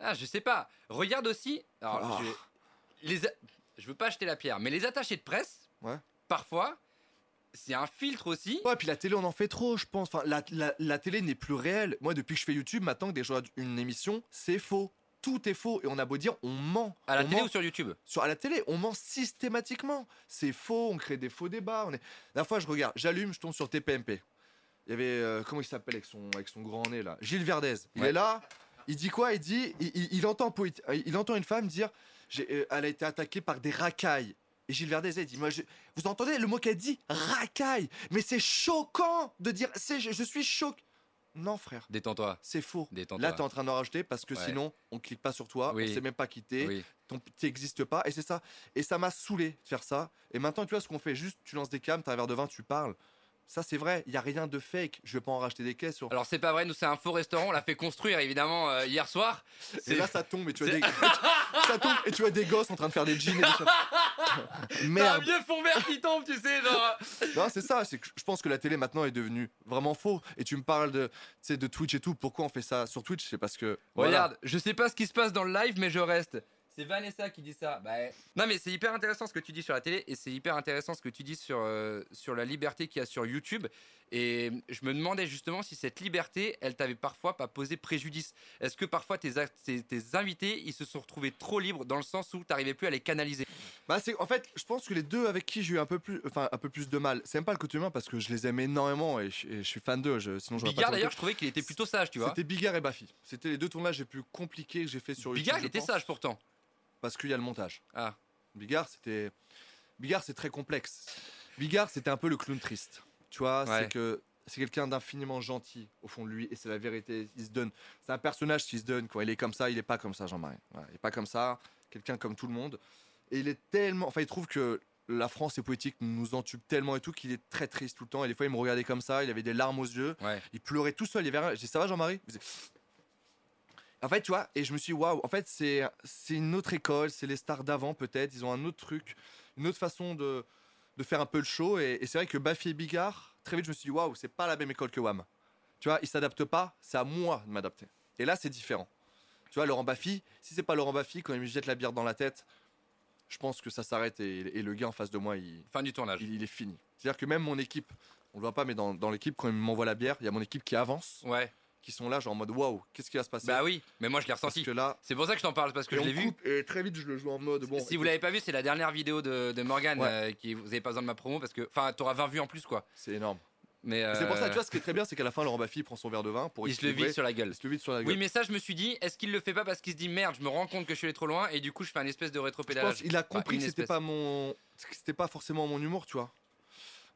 ah, je sais pas. Regarde aussi. Alors,
Ah.
je, les, a- je veux pas acheter la pierre, mais les attachés de presse,
Ouais.
parfois, c'est un filtre aussi.
Ouais, puis la télé, on en fait trop, je pense. Enfin, la, la- la télé n'est plus réelle. Moi, depuis que je fais YouTube, maintenant que des gens ont une émission, c'est faux. Tout est faux. Et on a beau dire, on ment.
À la
On
télé
ment.
ou sur YouTube
sur à la télé, on ment systématiquement. C'est faux, on crée des faux débats. On est... La fois, je regarde, j'allume, je tombe sur TPMP. Il y avait, euh, comment il s'appelle avec son, avec son grand nez là Gilles Verdez. Il
Ouais.
est là, il dit quoi Il dit, il, il- il entend, polit- euh, il entend une femme dire j'ai- euh, elle a été attaquée par des racailles. Et Gilles Verdez, il dit moi, je- Vous entendez le mot qu'elle dit Racaille Mais c'est choquant de dire c'est, je, je suis choqué. Non, frère,
Détends-toi.
c'est faux.
Détends-toi.
Là, t'es en train d'en rajouter parce que
Ouais.
sinon, on clique pas sur toi,
Oui.
on sait même pas quitter
Oui.
ton t'existes pas et c'est ça et ça m'a saoulé de faire ça et maintenant tu vois ce qu'on fait juste tu lances des cams t'as un verre de vin tu parles ça c'est vrai il y a rien de fake je vais pas en racheter des caisses sur...
Alors, c'est pas vrai, nous, c'est un faux restaurant. On l'a fait construire, évidemment, euh, hier soir.
et
C'est-
là ça tombe et tu vois des ça tombe et tu vois des gosses en train de faire des jeans et des-
T'as un
merde
vieux fond vert qui tombe, tu sais, genre.
non c'est ça c'est que je pense que la télé maintenant est devenue vraiment faux et tu me parles de tu sais, de Twitch et tout pourquoi on fait ça sur Twitch c'est parce que voilà.
Regarde, je sais pas ce qui se passe dans le live, mais je reste. C'est Vanessa qui dit ça. Bah, non, mais c'est hyper intéressant ce que tu dis sur la télé et c'est hyper intéressant ce que tu dis sur, euh, sur la liberté qu'il y a sur YouTube. Et je me demandais justement si cette liberté, elle t'avait parfois pas posé préjudice. Est-ce que parfois tes, a- tes, tes invités, ils se sont retrouvés trop libres dans le sens où t'arrivais plus à les canaliser
Bah c'est en fait, je pense que les deux avec qui j'ai eu un peu plus, enfin un peu plus de mal. C'est même pas le côté humain parce que je les aime énormément et je, et je suis fan d'eux. je- sinon j'aurais pas
Bigard
tourné.
d'ailleurs, je trouvais qu'il était plutôt sage, tu vois.
C'était Bigard et Baffy. C'était les deux tournages les plus compliqués que j'ai fait sur
Bigard, il
YouTube. je
était
pense,
sage pourtant.
Parce qu'il y a le montage.
Ah.
Bigard, c'était. Bigard, c'est très complexe. Bigard, c'était un peu le clown triste. Tu vois,
Ouais.
c'est que c'est quelqu'un d'infiniment gentil au fond de lui et c'est la vérité. Il se donne. C'est un personnage qui se donne. Quoi. Il est comme ça, il est pas comme ça, Jean-Marie. Voilà, il est pas comme ça. Quelqu'un comme tout le monde. Et il est tellement. Enfin, il trouve que la France est poétique, nous entube tellement et tout qu'il est très triste tout le temps. Et des fois, il me regardait comme ça. Il avait des larmes aux yeux.
Ouais.
Il pleurait tout seul. Il y avait rien. J'ai dit, ça va, Jean-Marie Il faisait, en fait, tu vois, et je me suis dit, waouh, en fait, c'est c'est une autre école, c'est les stars d'avant peut-être, ils ont un autre truc, une autre façon de, de faire un peu le show. Et, et c'est vrai que Baffy et Bigard, très vite, je me suis dit, waouh, c'est pas la même école que Wham. Tu vois, ils s'adaptent pas, c'est à moi de m'adapter. Et là, c'est différent. Tu vois, Laurent Baffy, si c'est pas Laurent Baffy, quand il me jette la bière dans la tête, je pense que ça s'arrête et, et le gars en face de moi, il,
Fin du tournage.
il, il est fini. C'est-à-dire que même mon équipe, on le voit pas, mais dans, dans l'équipe, quand il m'envoie la bière, il y a mon équipe qui avance,
Ouais.
qui sont là, genre en mode, waouh, qu'est-ce qui va se passer
Bah oui, mais moi je l'ai
Parce
ressenti.
que là,
C'est pour ça que je t'en parle parce que
et
je
on
l'ai vu.
coupe, Et très vite, je le joue en mode. Bon,
si vous l'avez pas vu, c'est la dernière vidéo de, de Morgan
Ouais.
euh, qui vous avez pas besoin de ma promo parce que enfin t'auras 20 vues en plus quoi.
C'est énorme.
Mais
C'est pour ça,
euh,
tu vois, ce qui est très bien, c'est qu'à la fin, Laurent Baffy prend son verre de vin pour
il se le
équilibrer.
vide sur la gueule.
Il se le vide sur la gueule.
Oui, mais ça, je me suis dit, est-ce qu'il le fait pas parce qu'il se dit merde, je me rends compte que je suis allé trop loin et du coup je fais un espèce de
je pense
rétropédalage.
qu'il a compris
une
que c'était
espèce.
pas mon, que c'était pas forcément mon humour, tu vois.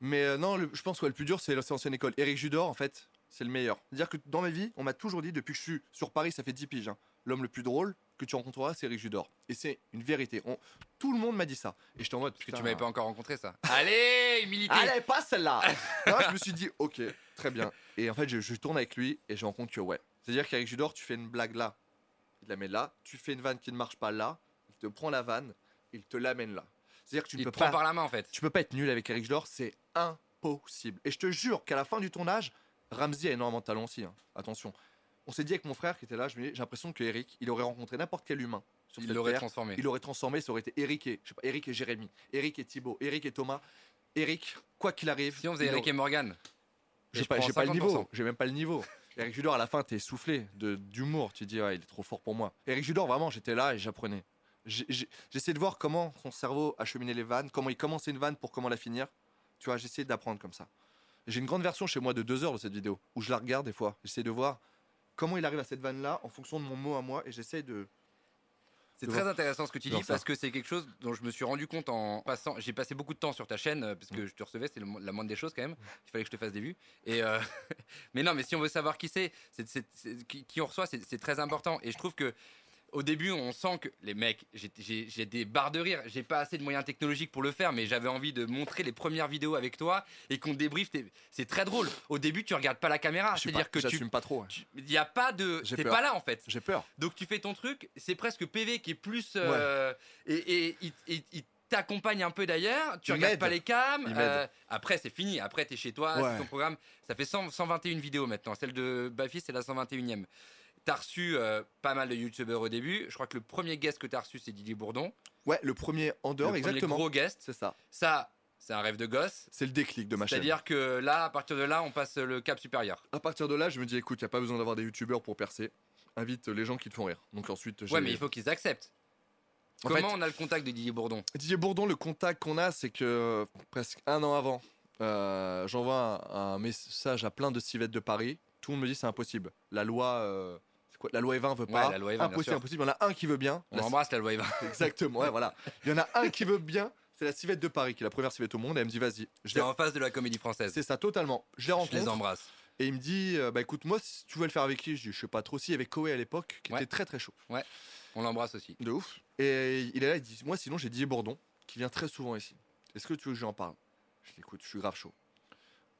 Mais euh, non, le- je pense que le plus dur, c'est l'ancienne école. Eric Judor, en fait, c'est le meilleur. C'est-à-dire que dans ma vie, on m'a toujours dit, depuis que je suis sur Paris, ça fait 10 piges, hein, l'homme le plus drôle que tu rencontreras, c'est Eric Judor. Et c'est une vérité. On- Tout le monde m'a dit ça. Et j'étais en mode,
Parce que
putain,
tu m'avais pas encore rencontré ça. Allez, humilité.
Allez, Ah, pas celle-là Là, je me suis dit, ok, très bien. Et en fait, je, je tourne avec lui et je me rends compte que ouais. C'est-à-dire qu'avec Judor, tu fais une blague là, il la met là, tu fais une vanne qui ne marche pas là, il te prend la vanne, il te l'amène là. C'est-à-dire que tu ne
il te
peux
prend
pas,
par la main en fait.
tu peux pas être nul avec Eric Judor, c'est impossible. Et je te jure qu'à la fin du tournage, Ramsey a énormément de talent aussi, hein. attention. On s'est dit avec mon frère qui était là, je me dis, j'ai l'impression que Eric, il aurait rencontré n'importe quel humain sur
Il
cette
l'aurait
terre,
transformé.
il aurait transformé, ça aurait été Eric et, je sais pas, Eric et Jérémy, Eric et Thibaut, Eric et Thomas, Eric, quoi qu'il arrive.
Si on faisait
il
Eric
aurait-
et Morgan.
J'ai
je
pas,
prends
j'ai pas le
50%.
niveau, j'ai même pas le niveau. Eric Judor, à la fin, t'es soufflé de, d'humour, tu dis, ouais, il est trop fort pour moi. Eric Judor, vraiment, j'étais là et j'apprenais. J'ai- j'ai- J'essayais de voir comment son cerveau acheminait les vannes, comment il commençait une vanne pour comment la finir. Tu vois, j'essayais d'apprendre comme ça. J'ai une grande version chez moi de deux heures de cette vidéo, où je la regarde des fois. J'essaie de voir comment il arrive à cette vanne-là en fonction de mon mot à moi et j'essaie de.
C'est
de
très
voir.
intéressant ce que tu dis
Genre ça.
parce que c'est quelque chose dont je me suis rendu compte en passant. J'ai passé beaucoup de temps sur ta chaîne euh, parce
Mm.
que je te recevais, c'est le mo- la moindre des choses quand même. Il fallait que je te fasse des vues. Et euh, mais non, mais si on veut savoir qui c'est, c'est- c'est- c'est- qui, qui on reçoit, c'est c'est très important. Et je trouve que au début, on sent que les mecs, j'ai- j'ai j'ai des barres de rire. J'ai pas assez de moyens technologiques pour le faire, mais j'avais envie de montrer les premières vidéos avec toi et qu'on débriefe. tes- C'est très drôle. Au début, tu regardes pas la caméra,
Je sais
Ah, c'est-à-dire
pas,
que tu
j'assume pas trop. hein.
il n'y a pas de.
J'ai
T'es
peur.
pas là en fait.
J'ai peur.
Donc tu fais ton truc, c'est presque PV qui est plus. euh, Et, et il, il- il t'accompagne un peu d'ailleurs, tu
Il
regardes
m'aide.
pas les cams.
Il
euh, après, c'est fini, après, t'es chez toi,
Ouais.
c'est ton programme. Ça fait 100 121 vidéos maintenant. Celle de Bafi, c'est la 121e. T'as reçu euh, pas mal de youtubeurs au début. Je crois que le premier guest que t'as reçu, c'est Didier Bourdon.
Ouais, le premier en
Le
dehors,
premier
exactement.
gros guest.
C'est ça.
Ça, c'est un rêve de gosse.
C'est le déclic de ma chaîne.
C'est-à-dire que là, à partir de là, on passe le cap supérieur.
À partir de là, je me dis, écoute, il a pas besoin d'avoir des youtubeurs pour percer. Invite les gens qui te font rire. Donc ensuite, j'ai-
Ouais, mais il faut qu'ils acceptent.
En
Comment
fait-
on a le contact de Didier Bourdon
Didier Bourdon, le contact qu'on a, c'est que presque un an avant, euh, j'envoie un, un message à plein de civettes de Paris. Tout le monde me dit c'est impossible. La loi, euh, c'est quoi La loi E20 veut
Ouais,
pas.
la loi E20, bien
impossible,
sûr.
impossible. Il y en a un qui veut bien.
On
La-
embrasse la loi Eva.
Exactement. Ouais, voilà. Il y en a un qui veut bien. C'est la civette de Paris, qui est la première civette au monde. Et elle me dit vas-y. Je
J'étais
l'ai-
en face de la comédie française.
C'est ça, totalement. Je les
Je les
rencontre.
embrasse.
Et il me dit, euh, bah écoute, moi, si tu veux le faire avec qui Je dis, je sais pas trop. Si, avec Koé à l'époque, qui
Ouais.
était très très chaud.
On l'embrasse aussi.
De ouf. Et il est là, il dit Moi, sinon, j'ai Didier Bourdon, qui vient très souvent ici. Est-ce que tu veux que j'en parle Je dis Écoute, je suis grave chaud.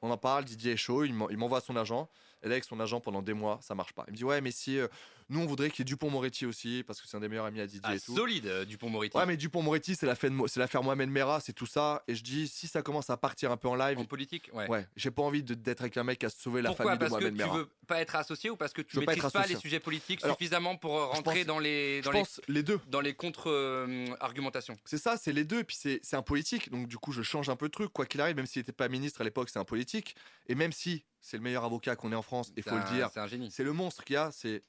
On en parle, Didier est chaud, il m'en- il m'envoie à son agent. Et là, avec son agent, pendant des mois, ça marche pas. Il me dit Ouais, mais si, euh, nous, on voudrait qu'il y ait Dupont-Moretti aussi, parce que c'est un des meilleurs amis à Didier
Ah,
et tout.
solide euh, Dupont-Moretti.
Ouais, mais Dupont-Moretti, c'est l'affaire Mo- c'est l'affaire Mohamed Merah, c'est tout ça. Et je dis Si ça commence à partir un peu en live,
En politique, ouais.
ouais, j'ai pas envie de- d'être avec un mec à sauver la
Pourquoi
famille de
Parce que
Mohamed
tu
Merah.
veux pas être associé ou parce que tu
Je veux pas
maîtrises
être
pas les
associé.
sujets politiques
Alors,
suffisamment pour euh,
je
rentrer
pense-
dans les
Je
dans les
pense les deux.
dans les contre-argumentations.
C'est ça, c'est les deux. Puis c'est c'est un politique. Donc du coup, je change un peu de truc. Quoi qu'il arrive, même s'il n'était pas ministre à l'époque, c'est un politique. Et même si c'est le meilleur avocat qu'on ait en France, il faut le dire,
C'est un génie.
c'est le monstre qu'il y a. C'est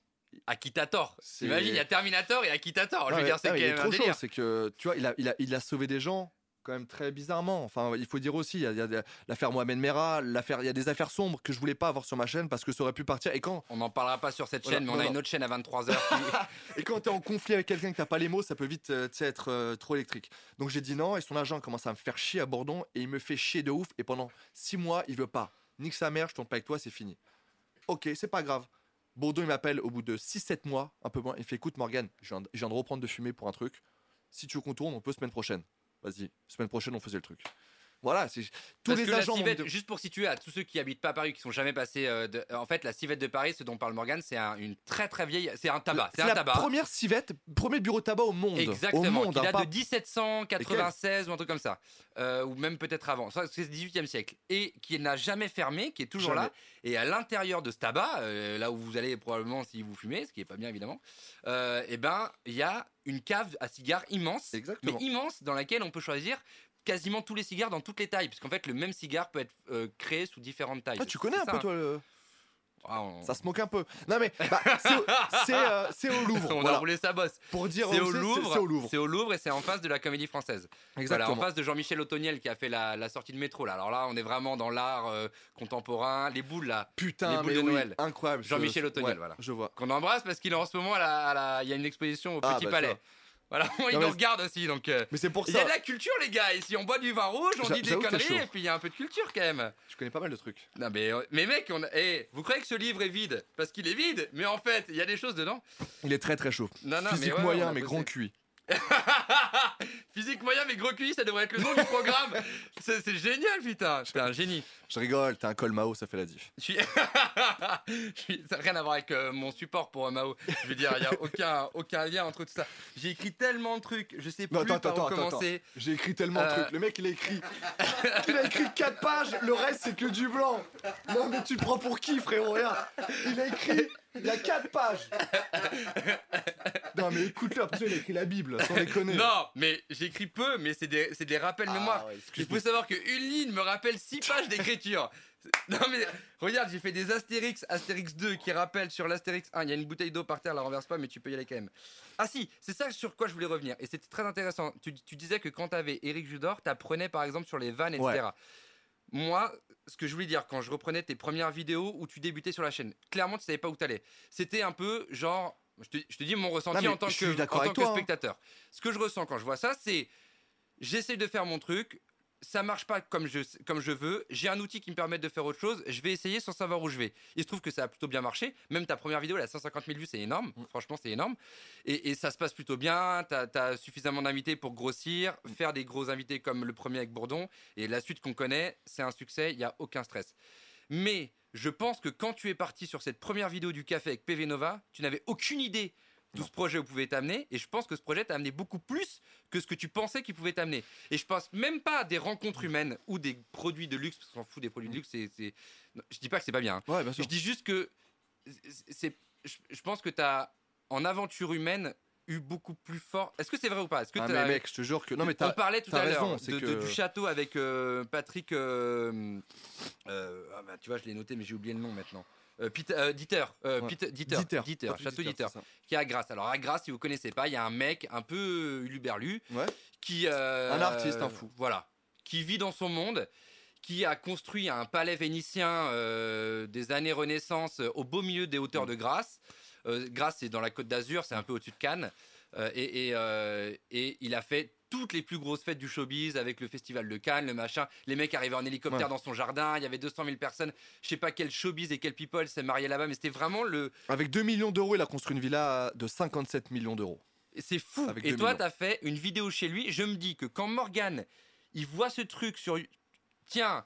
Akitator.
C'est-
Imagine, il y a Terminator et Akitator. Oh, Je
Ouais,
veux dire, c'est
ouais, il
quand
est
même un
trop chaud.
délire.
C'est que tu vois, il a, il, a, il a sauvé des gens quand même très bizarrement. Enfin, il faut dire aussi, il y a, il y a l'affaire Mohamed Merah, l'affaire, il y a des affaires sombres que je voulais pas avoir sur ma chaîne parce que ça aurait pu partir. Et quand
On n'en parlera pas sur cette
Voilà,
chaîne, mais on
non,
a
non.
une autre chaîne à 23h. qui-
Et quand t'es en conflit avec quelqu'un que t'as pas les mots, ça peut vite euh, tu sais, être euh, trop électrique. Donc j'ai dit non, et son agent commence à me faire chier à Bourdon, et il me fait chier de ouf, et pendant six mois, il veut pas. nique sa mère, je tourne pas avec toi, c'est fini. Ok, c'est pas grave. Bourdon, il m'appelle au bout de 6-7 mois, un peu moins. Il fait Écoute, Morgan, je viens, de- je viens de reprendre de fumer pour un truc. Si tu veux qu'on tourne, on peut semaine prochaine. Vas-y, semaine prochaine, on faisait le truc. Voilà, c'est tous
Parce
les
que la
agents. m'ont
civette,
dit-
juste pour situer à tous ceux qui habitent pas à Paris, qui sont jamais passés. euh, de- En fait, la civette de Paris, ce dont parle Morgan, c'est un- une très très vieille. C'est un tabac. C'est
C'est la
un tabac.
première civette, premier bureau de tabac au monde. Au
Exactement,
monde,
qui
hein,
date
pas-
de 1796 ou un truc comme ça, Euh, ou même peut-être avant, Ça, c'est le 18e siècle, et qui n'a jamais fermé, qui est toujours là, et à l'intérieur de ce tabac, euh, là où vous allez probablement si vous fumez, ce qui est pas bien évidemment, euh, eh ben il y a une cave à cigares immense, mais
Exactement.
immense, dans laquelle on peut choisir quasiment tous les cigares dans toutes les tailles, puisqu'en fait le même cigare peut être euh, créé sous différentes tailles.
Ah, tu connais
C'est
un
ça,
peu,
hein.
toi, le-
Ah, on-
Ça se moque un peu. Non, mais bah, c'est au- c'est euh, c'est au Louvre.
on a
voilà.
roulé sa bosse.
Pour dire
C'est
où
au Louvre.
C'est au Louvre.
C'est au Louvre et c'est en face de la Comédie Française. Voilà,
Exactement.
en face de Jean-Michel Otoniel qui a fait la, la sortie de métro. Là. Alors là, on est vraiment dans l'art euh, contemporain, les boules là, Les
Putain,
boules
mais
de
oui,
Noël.
incroyable. je-
Jean-Michel
ouais,
Otoniel, voilà.
Je vois.
qu'on embrasse parce qu'il est en ce moment à la- à la- il y a une exposition au
Ah,
Petit
bah,
Palais.
ça.
Voilà, il
Non, mais-
nous regarde aussi. Donc euh,
Mais c'est pour
il y a
ça.
de la culture, les gars. Ici, on boit du vin rouge, on
J'a-
dit des
j'avoue que t'as
conneries,
chaud.
et puis il y a un peu de culture quand même.
Je connais pas mal de trucs.
Non mais, euh, mais mec, on a- eh, vous croyez que ce livre est vide parce qu'il est vide, mais en fait, il y a des choses dedans.
Il est très très chaud.
Non, non,
Physique
mais ouais, on
moyen,
a
mais
bossé.
grand cuit.
Physique moyen mais gros QI, ça devrait être le nom du programme. C'est c'est génial, putain. T'es un génie.
Je rigole, t'as un col Mao, ça fait la diff.
Je suis... je suis- Ça n'a rien à voir avec euh, mon support pour euh, Mao. Je veux dire, il n'y a aucun, aucun lien entre tout ça. J'ai écrit tellement de trucs, je sais plus
Non, attends,
par
attends,
où
attends,
commencer.
J'ai écrit tellement
Euh.
de trucs. Le mec, il a écrit. il a écrit 4 pages, le reste, c'est que du blanc. Non, mais tu te prends pour qui, frérot Regarde. Il a écrit. Il y a 4 pages. non, mais écoute-le, après, il a écrit la Bible, sans déconner.
Non, mais j'écris peu, mais c'est des, c'est des rappels
Ah,
mémoire. Il faut
moi
savoir qu'une ligne me rappelle 6 pages d'écriture. C'est- Non mais regarde, j'ai fait des Astérix, Astérix 2 qui rappellent sur l'Astérix 1. Il y a une bouteille d'eau par terre, la renverse pas, mais tu peux y aller quand même. Ah si, c'est ça sur quoi je voulais revenir. Et c'était très intéressant. Tu, tu disais que quand t'avais Eric Judor, t'apprenais par exemple sur les vannes, etc.
Ouais.
Moi, ce que je voulais dire quand je reprenais tes premières vidéos où tu débutais sur la chaîne, clairement tu savais pas où t'allais. C'était un peu genre, je te, je te dis mon ressenti
mais
en tant
je
que,
suis
en
d'accord
tant
avec
que
toi, hein.
spectateur. Ce que je ressens quand je vois ça, c'est j'essaye de faire mon truc, ça marche pas comme je, comme je veux, j'ai un outil qui me permet de faire autre chose, je vais essayer sans savoir où je vais. Il se trouve que ça a plutôt bien marché, même ta première vidéo, elle a 150 000 vues, c'est énorme,
Mm.
franchement c'est énorme, et, et ça se passe plutôt bien, t'as as suffisamment d'invités pour grossir,
Mm.
faire des gros invités comme le premier avec Bourdon, et la suite qu'on connaît, c'est un succès, il y a aucun stress. Mais je pense que quand tu es parti sur cette première vidéo du café avec PV Nova, tu n'avais aucune idée d'où ce projet pouvait t'amener, et je pense que ce projet t'a amené beaucoup plus que ce que tu pensais qu'il pouvait t'amener. Et je pense même pas à des rencontres humaines ou des produits de luxe, parce qu'on s'en fout des produits de luxe, c'est... c'est- Non, Je dis pas que c'est pas bien, hein.
Ouais, Mm. bien sûr.
je dis juste que c'est- c'est, je, je pense que t'as, en aventure humaine, eu beaucoup plus fort... Est-ce que c'est vrai ou pas Est-ce que
Ah,
t'as-
mais mec, je te jure que. Non, mais
on
t'as.
parlait tout
t'as
à l'heure
raison, c'est
de- de-
que-
du château avec euh, Patrick. euh, euh, ah bah, tu vois, je l'ai noté, mais j'ai oublié le nom maintenant. Euh, Peter, euh, Dieter, euh,
Ouais.
Peter- Dieter, Dieter, château Dieter,
c'est ça.
qui est à Grasse. Alors à Grasse, si vous connaissez pas, il y a un mec un peu euh, luberlu,
Ouais.
qui euh,
Un artiste, un fou.
voilà, qui vit dans son monde, qui a construit un palais vénitien euh, des années Renaissance euh, au beau milieu des hauteurs
Mm.
de Grasse. Euh, Grasse, c'est dans la Côte d'Azur, c'est un peu au-dessus de Cannes, Euh, et, et, euh, et il a fait toutes les plus grosses fêtes du showbiz avec le festival de Cannes, le machin. Les mecs arrivaient en hélicoptère
Ouais.
dans son jardin, il y avait 200 000 personnes. Je sais pas quel showbiz et quel people s'est marié là-bas, mais c'était vraiment le,
Avec 2 millions d'euros, il a construit une villa de 57 millions d'euros.
C'est fou.
Avec
et
2
toi,
millions.
t'as fait une vidéo chez lui. Je me dis que quand Morgan, il voit ce truc sur. Tiens,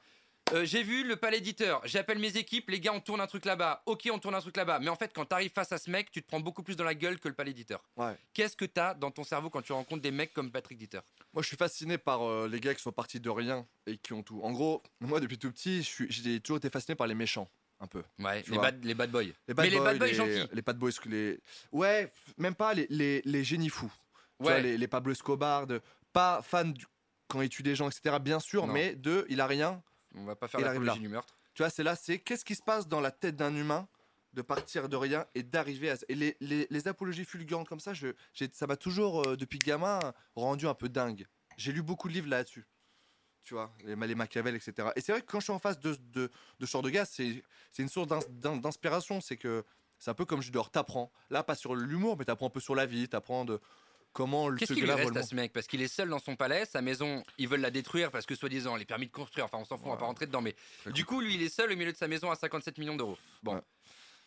euh, j'ai vu le palais éditeur. J'appelle mes équipes. Les gars, on tourne un truc là-bas. Ok, on tourne un truc là-bas. Mais en fait, quand t'arrives face à ce mec, tu te prends beaucoup plus dans la gueule que le palais éditeur.
Ouais.
Qu'est-ce que t'as dans ton cerveau quand tu rencontres des mecs comme Patrick Dieter
Moi, je suis fasciné par euh, les gars qui sont partis de rien et qui ont tout. En gros, moi, depuis tout petit, je suis- j'ai toujours été fasciné par les méchants, un peu.
Ouais,
Tu
les
vois.
bad, les bad boys.
Les
Mais les bad boys gentils.
Les bad boys, les... Ouais, f- même pas les, les, les génies fous. Tu vois,
Ouais.
les, les Pablo Escobar, de- pas fan du... quand il tue des gens, etc. Bien sûr,
Non.
mais de, il a rien.
On va pas faire
Il arrive
l'apologie
là.
du meurtre.
Tu vois, c'est là, c'est qu'est-ce qui se passe dans la tête d'un humain de partir de rien et d'arriver à. Et les, les, les apologies fulgurantes comme ça, je, j'ai- ça m'a toujours, euh, depuis gamin, rendu un peu dingue. J'ai lu beaucoup de livres là-dessus. Tu vois, les, les Machiavel, etc. Et c'est vrai que quand je suis en face de, de, de ce genre de gars, c'est, c'est une source d'ins- d'in- d'inspiration. C'est que c'est un peu comme Judor, t'apprends. Là, pas sur l'humour, mais t'apprends un peu sur la vie, t'apprends de. Comment le ce
Qu'est-ce qui lui
gars-là vole
reste à ce mec Parce qu'il est seul dans son palais, sa maison, ils veulent la détruire parce que soi-disant, les permis de construire, enfin on s'en fout, on va
Ouais.
pas rentrer dedans, mais
Très
du coup, lui, il est seul au milieu de sa maison à 57 millions d'euros. Bon,
Ouais.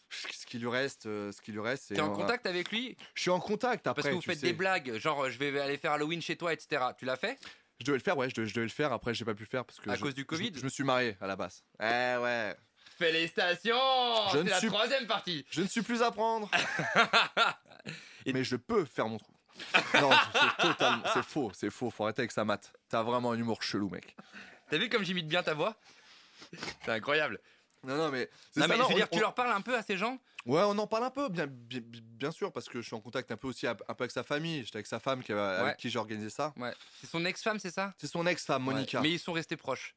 Ce qui lui reste, euh, ce qui lui reste, c'est.
t'es en
un-
contact avec lui
Je suis en contact après.
parce que vous
tu
faites
sais.
des blagues, genre je vais aller faire Halloween chez toi, etc. Tu l'as fait
Je devais le faire, ouais, je devais, je devais le faire. Après, j'ai pas pu le faire parce que.
À
je-
cause du
je-
Covid
je, me suis marié à la base. Eh ouais.
Félicitations
Je ne
C'est la
suis-
troisième partie
Je ne suis plus à prendre.
Et-
Mais je peux faire mon trou. non, c'est totalement. C'est faux, c'est faux. Faut arrêter avec sa mat. T'as vraiment un humour chelou, mec.
T'as vu comme j'imite bien ta voix C'est incroyable.
Non, non, mais. c'est
Non,
ça,
mais je veux
on-
dire,
on-
tu leur parles un peu à ces gens
Ouais, on en parle un peu, bien, bien, bien sûr, parce que je suis en contact un peu aussi un peu avec sa famille. J'étais avec sa femme qui, avait-
Ouais.
avec qui j'ai organisé ça.
C'est son ex-femme, c'est ça
C'est son ex-femme, Monica.
Ouais. Mais ils sont restés proches.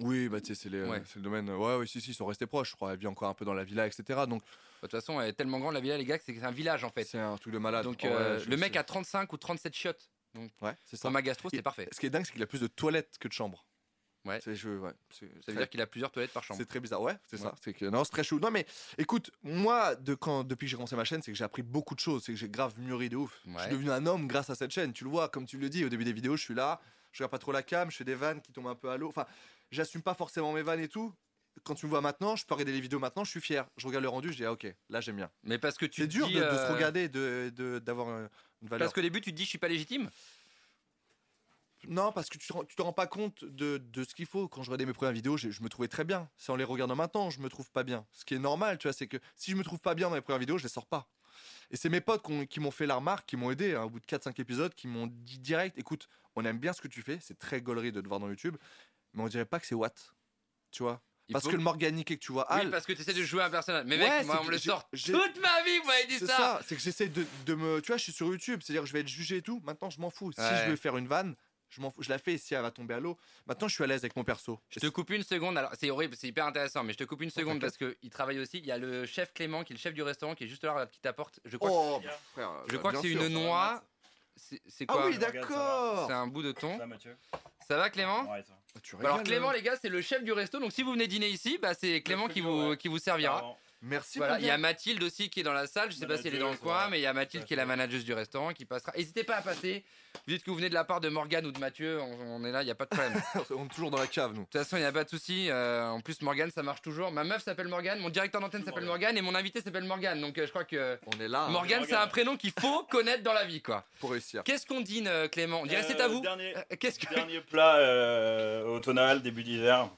Oui, bah tu sais, c'est les-
Ouais.
c'est le domaine. Ouais, oui, si, si, ils sont restés proches, je crois. Elle vit encore un peu dans la villa, etc. Donc,
De toute façon, elle est tellement grande la villa, les gars, que c'est un village en fait.
c'est un truc de malade.
Donc
Ouais,
euh,
je
le
sais.
mec a 35 ou 37 chiottes.
Ouais, c'est ça.
Pour ma gastro, c'était
Et-
parfait.
Ce qui est dingue, c'est qu'il a plus de toilettes que de chambres.
Ouais.
C'est je- ouais, c'est-
Ça
c'est-
veut dire qu'il a plusieurs toilettes par chambre.
C'est très bizarre, ouais, c'est
Ouais.
ça. C'est que non, c'est très chou. Non mais écoute, moi, de quand depuis que j'ai commencé ma chaîne, c'est que j'ai appris beaucoup de choses, c'est que j'ai grave mûri de ouf. Je
Ouais.
suis devenu un homme grâce à cette chaîne. Tu le vois, comme tu le dis au début des vidéos, je suis là, je regarde pas trop la cam, je fais des vannes qui tombent un peu à l'eau. Enfin, j'assume pas forcément mes vannes et tout. Quand tu me vois maintenant, je peux regarder les vidéos maintenant, je suis fier. Je regarde le rendu, je dis ah ok, là j'aime bien.
Mais parce que tu
C'est
te
dur
dis,
de, de
euh,
se regarder, de de- d'avoir un- une valeur.
Parce qu'au début, tu te dis, je suis pas légitime.
Non, parce que tu te rends, tu te rends pas compte de, de ce qu'il faut. Quand je regardais mes premières vidéos, j'ai- je me trouvais très bien. C'est en les regardant maintenant, je me trouve pas bien. Ce qui est normal, tu vois, c'est que si je me trouve pas bien dans les premières vidéos, je les sors pas. Et c'est mes potes qu'on- qui m'ont fait la remarque, qui m'ont aidé hein, au bout de 4-5 épisodes, qui m'ont dit direct écoute, on aime bien ce que tu fais, c'est très gaulerie de te voir dans YouTube, mais on dirait pas que c'est Watt. Tu vois
Il
Parce
faut-
que Ah, le morganique et que tu vois
Oui,
Al,
parce que tu essaies de jouer un personnage. Mais
Ouais,
mec, moi,
c'est
on me
que
le
j'ai-
sort
j'ai-
toute ma vie, vous m'avez dit
C'est
ça.
ça, c'est que j'essaie de, de me. Tu vois, je suis sur YouTube, c'est-à-dire que je vais être jugé et tout. Maintenant, je m'en fous. Si
Ouais.
je veux faire une vanne, je m'en fous. Je la fais et si elle va tomber à l'eau. Maintenant, je suis à l'aise avec mon perso.
Je te coupe une seconde, alors c'est horrible, c'est hyper intéressant, mais je te coupe une seconde parce
t'inquiète.
qu'il travaille aussi. Il y a le chef Clément qui est le chef du restaurant qui est juste là, regarde, qui t'apporte. Je crois,
Oh, bah, frère.
je
bah,
crois que
bien
c'est
sûr.
une noix. C'est c'est quoi
Ah oui,
Je regarde,
d'accord.
C'est un bout de thon.
Ça, Mathieu
Ça va, Clément
Ouais, toi.
Ah, tu
Alors
rigoles,
Clément
hein.
les gars c'est le chef du resto donc si vous venez dîner ici bah, c'est Clément qui
frigo,
vous,
ouais.
qui vous servira.
Apparemment.
Merci.
Voilà,
mon
il y a
gars.
Mathilde aussi qui est dans la salle, je sais pas si elle est dans le
Manageuse,
coin
ouais.
mais il y a Mathilde
Tout à
qui est la
fait.
manageuse du restaurant qui passera. N'hésitez pas à passer, vous dites que vous venez de la part de Morgane ou de Mathieu, on, on est là, il n'y a pas de problème. De toute
On est toujours dans la cave, nous.
façon il n'y a pas de souci, euh, en plus Morgane ça marche toujours. Ma meuf s'appelle Morgane, mon directeur d'antenne s'appelle Morgane et mon invité s'appelle Morgane donc euh, je crois que...
On est là hein,
Morgane c'est un
Morgane.
prénom qu'il faut connaître dans la vie quoi.
pour réussir.
Qu'est-ce qu'on dîne euh, Clément On dirait c'est à
Euh,
vous.
Dernier,
Euh, Qu'est-ce que...
dernier plat euh, automnal, début d'hiver.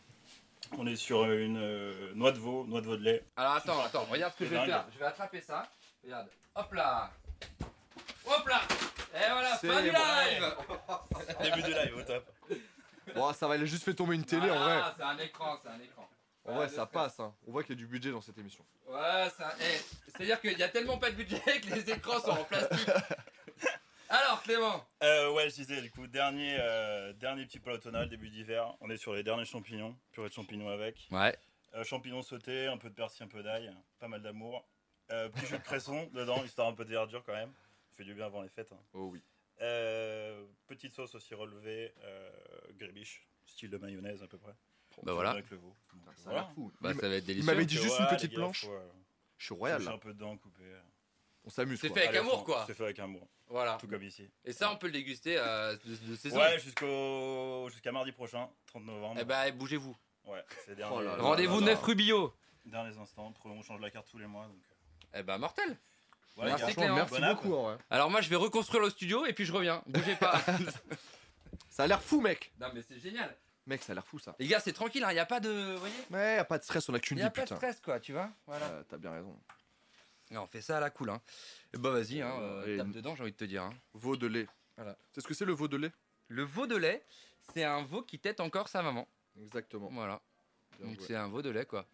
On est sur une euh, noix de veau, noix de veau de lait.
Alors attends, attends, regarde ce que je
C'est
vais
dingue.
faire. Je vais attraper ça. Regarde. Hop là Hop là Et voilà,
C'est
fin du
bon.
live
Début de live, au top.
Bon, ça va, elle a juste fait tomber une télé en vrai.
Ah, c'est un écran, c'est un écran.
En vrai, ça passe. hein. On voit qu'il y a du budget dans cette émission.
Ouais, c'est un. eh, C'est-à-dire qu'il y a tellement pas de budget que les écrans sont en plastique. Alors Clément
Euh, ouais, je disais, du coup, dernier, euh, dernier petit plat automnal, début d'hiver. On est sur les derniers champignons, purée de champignons avec.
Ouais.
Euh, champignons sautés, un peu de persil, un peu d'ail, pas mal d'amour. Euh, petit jus de cresson dedans, histoire un peu de verdure quand même. Ça fait du bien avant les fêtes. hein.
Oh oui.
Euh, petite sauce aussi relevée, euh, grébiche, style de mayonnaise à peu près.
Bah voilà.
Avec le veau. Donc,
Putain, Ça a
voilà.
l'air fou.
Bah
Il m'a-
ça va être
il
délicieux.
m'avait dit
Donc,
juste une
voilà,
petite
les gars,
planche.
faut, euh,
Je suis royal
toucher un
là.
peu dedans, couper.
On s'amuse.
C'est
quoi.
fait avec
Allez,
amour
on-
quoi
C'est fait avec amour,
Voilà.
tout comme ici.
Et ça on peut le déguster euh, de, de saison.
Ouais, jusqu'au jusqu'à mardi prochain, 30 novembre.
Eh bah bougez-vous.
Ouais, c'est
Oh
dernier. euh,
là là.
Rendez-vous
là, là.
9 rue Billot.
Derniers instants, après, on change la carte tous les mois. Donc... euh,
Eh bah mortel
voilà,
Merci,
les gars.
Franchement, merci
Bon app.
beaucoup en vrai.
Alors moi je vais reconstruire le studio et puis je reviens. Bougez pas.
Ça a l'air fou, mec.
non mais c'est génial.
Mec, ça a l'air fou ça.
Les gars c'est tranquille, il n'y a pas de... Vous voyez
Ouais, y a pas de stress, on a qu'une
Il
vie,
n'y a pas de
putain.
stress quoi, tu vois Voilà.
Euh, T'as bien raison.
Non, on fait ça à la cool. Hein. Bah vas-y, hein, euh,
Et-
tape dedans j'ai envie de te dire. hein.
Veau de lait.
Voilà.
C'est ce que c'est le veau de lait
Le veau de lait, c'est un veau qui tête encore sa maman.
Exactement.
Voilà.
Bien
Donc
joué.
c'est un veau de lait quoi.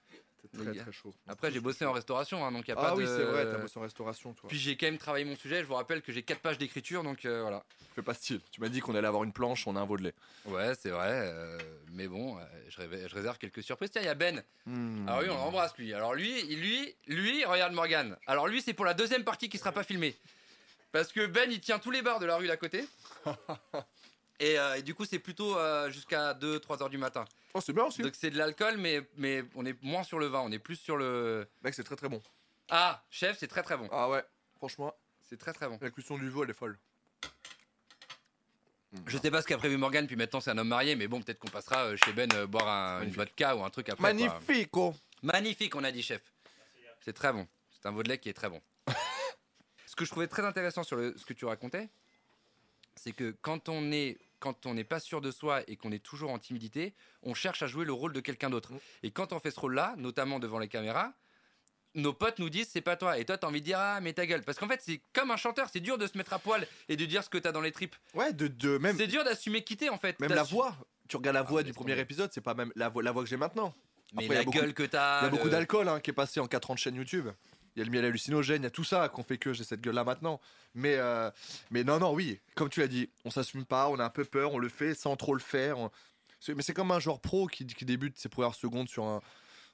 C'est
les
très
gars.
très chaud.
Après j'ai bossé en restauration, hein, donc il n'y a pas
Ah
de...
oui, c'est vrai, t'as bossé en restauration, toi.
Puis j'ai quand même travaillé mon sujet, je vous rappelle que j'ai 4 pages d'écriture, donc euh, voilà.
Fais pas style. Tu m'as dit qu'on allait avoir une planche, on a un veau de lait.
Ouais, c'est vrai, euh, mais bon, euh, je, réve- je réserve quelques surprises. Tiens, il y a Ben,
Hmm. Mmh. Ah
Alors lui, on l'embrasse lui. Alors lui, lui, lui, regarde Morgan. Alors lui, c'est pour la deuxième partie qui sera pas filmée. Parce que Ben, il tient tous les bars de la rue d'à côté. Et, euh, et du coup, c'est plutôt euh, jusqu'à 2-3 heures du matin.
Oh, c'est bien aussi.
Donc c'est de l'alcool, mais, mais on est moins sur le vin, on est plus sur le...
Mec, c'est très très bon.
Ah, chef, c'est très très bon.
Ah ouais, franchement,
C'est très très bon.
la cuisson du veau, elle est folle.
Je sais pas ce qu'a prévu Morgan, puis maintenant c'est un homme marié, mais bon, peut-être qu'on passera euh, chez Ben euh, boire un, une
Magnifique.
vodka ou un truc après. quoi.
Magnifico
Magnifique, on a dit chef. C'est très bon. C'est un Vaudelet qui est très bon. ce que je trouvais très intéressant sur le- ce que tu racontais, c'est que quand on est quand on n'est pas sûr de soi et qu'on est toujours en timidité, on cherche à jouer le rôle de quelqu'un d'autre.
Mm.
Et quand on fait ce rôle-là, notamment devant les caméras, nos potes nous disent c'est pas toi. Et toi, t'as envie de dire ah mais ta gueule. Parce qu'en fait, c'est comme un chanteur, c'est dur de se mettre à poil et de dire ce que t'as dans les tripes.
Ouais, de, de même,
C'est dur d'assumer quitter en fait.
même la
T'assu-
voix. Tu regardes la voix
mais
du
laisse
premier
tomber.
épisode, Ah, c'est pas même la voix, la voix que j'ai maintenant.
Mais
Après, il y a
la
beaucoup-
gueule que t'as. euh,
Il y a beaucoup
Ah, le-
d'alcool hein, qui est passé en 4 ans de chaîne YouTube. Il y a le miel hallucinogène, il y a tout ça qu'on fait que j'ai cette gueule-là maintenant. Mais, euh, mais non, non, oui, comme tu l'as dit, on s'assume pas, on a un peu peur, on le fait sans trop le faire. on- c'est- Mais c'est comme un joueur pro qui, qui débute ses premières secondes sur un,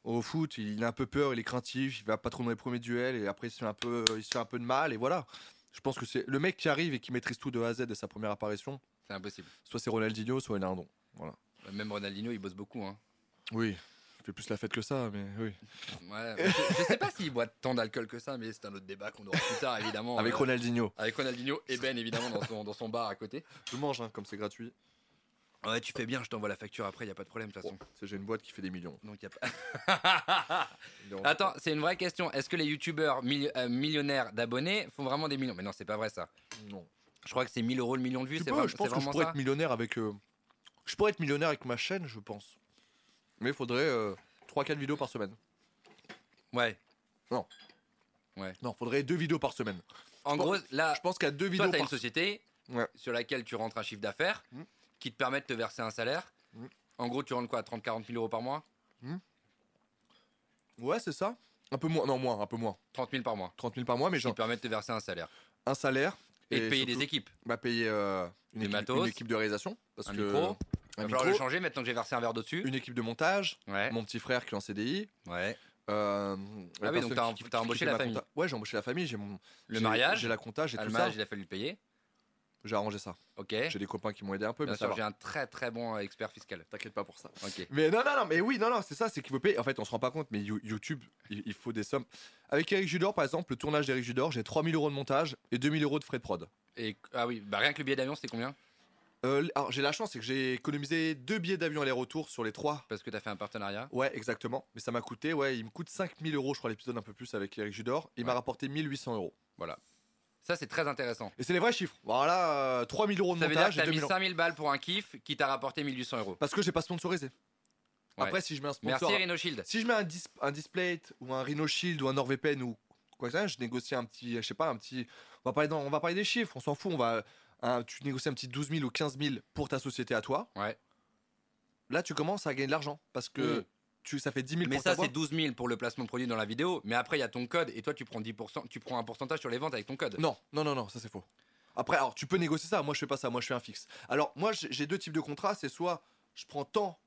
au foot, il a un peu peur, il est craintif, il va pas trop dans les premiers duels et après il se fait un peu, il se fait un peu de mal et voilà. Je pense que c'est le mec qui arrive et qui maîtrise tout de A à Z dès sa première apparition,
C'est impossible.
soit c'est Ronaldinho, soit il a un don. Voilà.
Même Ronaldinho, il bosse beaucoup. Hein.
Oui, il fait plus la fête que ça, mais oui.
Ouais, je, je sais pas s'il boit tant d'alcool que ça, mais c'est un autre débat qu'on aura plus tard, évidemment.
Avec
Euh,
Ronaldinho,
avec Ronaldinho et Ben, évidemment, dans son, dans son bar à côté.
je mange hein, comme c'est gratuit.
Ouais, tu fais bien, je t'envoie la facture après, y a pas de problème, de toute façon.
C'est j'ai une boîte qui fait des millions.
Donc y a pas. Attends, c'est une vraie question. Est-ce que les youtubeurs milli- euh, millionnaires d'abonnés font vraiment des millions Mais non, c'est pas vrai ça.
non.
Je crois que c'est 1000 euros le million de vues,
Tu
c'est
peux,
vra-
je pense que
c'est
je
vraiment
pourrais
ça
être millionnaire avec. euh, je pourrais être millionnaire avec ma chaîne, je pense. Mais il faudrait 3-4 vidéos par semaine.
Ouais.
Non, faudrait 2 vidéos par semaine.
En
pense-
gros, là,
Je pense qu'à 2
Ah. toi,
vidéos
t'as une
par
société
Ouais.
sur laquelle tu rentres un chiffre d'affaires
Mm.
qui te permet de te verser un salaire.
Mm.
En gros, tu rentres quoi 30-40 000 euros par mois
Ouais, c'est ça. Un peu moins, non, moins, un peu moins.
30 000 par mois.
30 000 par mois, mais
qui
genre
te permettent de te verser un salaire
un salaire.
et, de payer
surtout,
des équipes.
Bah, payer euh, une,
Des
équipe,
matos,
une équipe de réalisation. Parce
un
que,
micro,
un
Il va falloir le
micro,
changer maintenant que j'ai versé un verre dessus.
une équipe de montage,
Ouais.
mon petit frère qui est en CDI.
ouais.
euh, la
Ah oui, donc
personne
t'as-
qui- qui-
t'as
qui
embauché
fait
la
ma
famille.
compta. Ouais, j'ai embauché la famille, j'ai mon.
Le
j'ai-
mariage,
J'ai la compta, j'ai
Ah,
tout
Le
ça.
mariage, il a fallu le payer.
J'ai arrangé ça.
Ok.
J'ai des copains qui m'ont aidé un peu,
Bien
mais ça
sûr,
va.
j'ai un très très bon euh, expert fiscal.
T'inquiète pas pour ça.
Ok.
Mais non, non, non, mais oui, non, non, c'est ça, c'est qu'il faut payer. En fait, on se rend pas compte, mais You- YouTube, il, il faut des sommes. Avec Eric Judor, par exemple, le tournage d'Eric Judor, j'ai 3000 euros de montage et 2000 euros de frais de prod.
Et ah oui, bah rien que le billet d'avion, c'était combien
Euh, alors, j'ai la chance, c'est que j'ai économisé deux billets d'avion aller-retour sur les trois.
Parce que t'as fait un partenariat.
Ouais, exactement. Mais ça m'a coûté, ouais, il me coûte 5000 euros, je crois, l'épisode un peu plus avec Eric Judor. Il m'a
Ouais.
rapporté 1800 euros.
Ça, c'est très intéressant.
Et c'est les vrais chiffres. Voilà, euh, 3000 euros de
Ça veut dire que
montage et
t'as mis
2000 euros.
5000 balles pour un kiff qui t'a rapporté 1800 euros.
Parce que j'ai pas sponsorisé.
Ouais.
Après, si je mets un sponsor.
Merci Rhino Shield.
Si je mets un, dis un Displate ou un Rhino Shield ou un NordVPN ou quoi que ça, je négocie un petit, je sais pas, un petit. On va parler, dans- on va parler des chiffres, on s'en fout, on va. un- tu négocies un petit 12 000 ou 15 000 pour ta société à toi.
Ouais.
Là, tu commences à gagner de l'argent parce que
Mm.
tu, ça fait 10 000
Mais
pour
ça,
ta
c'est
boîte.
12 000 pour le placement de produit dans la vidéo. Mais après, il y a ton code et toi, tu prends 10%, tu prends un pourcentage sur les ventes avec ton code.
Non, non, non, non, ça c'est faux. Après, alors tu peux négocier ça. Moi, je fais pas ça. Moi, je fais un fixe. Alors, moi, j'ai j'ai deux types de contrats. C'est soit je prends tant,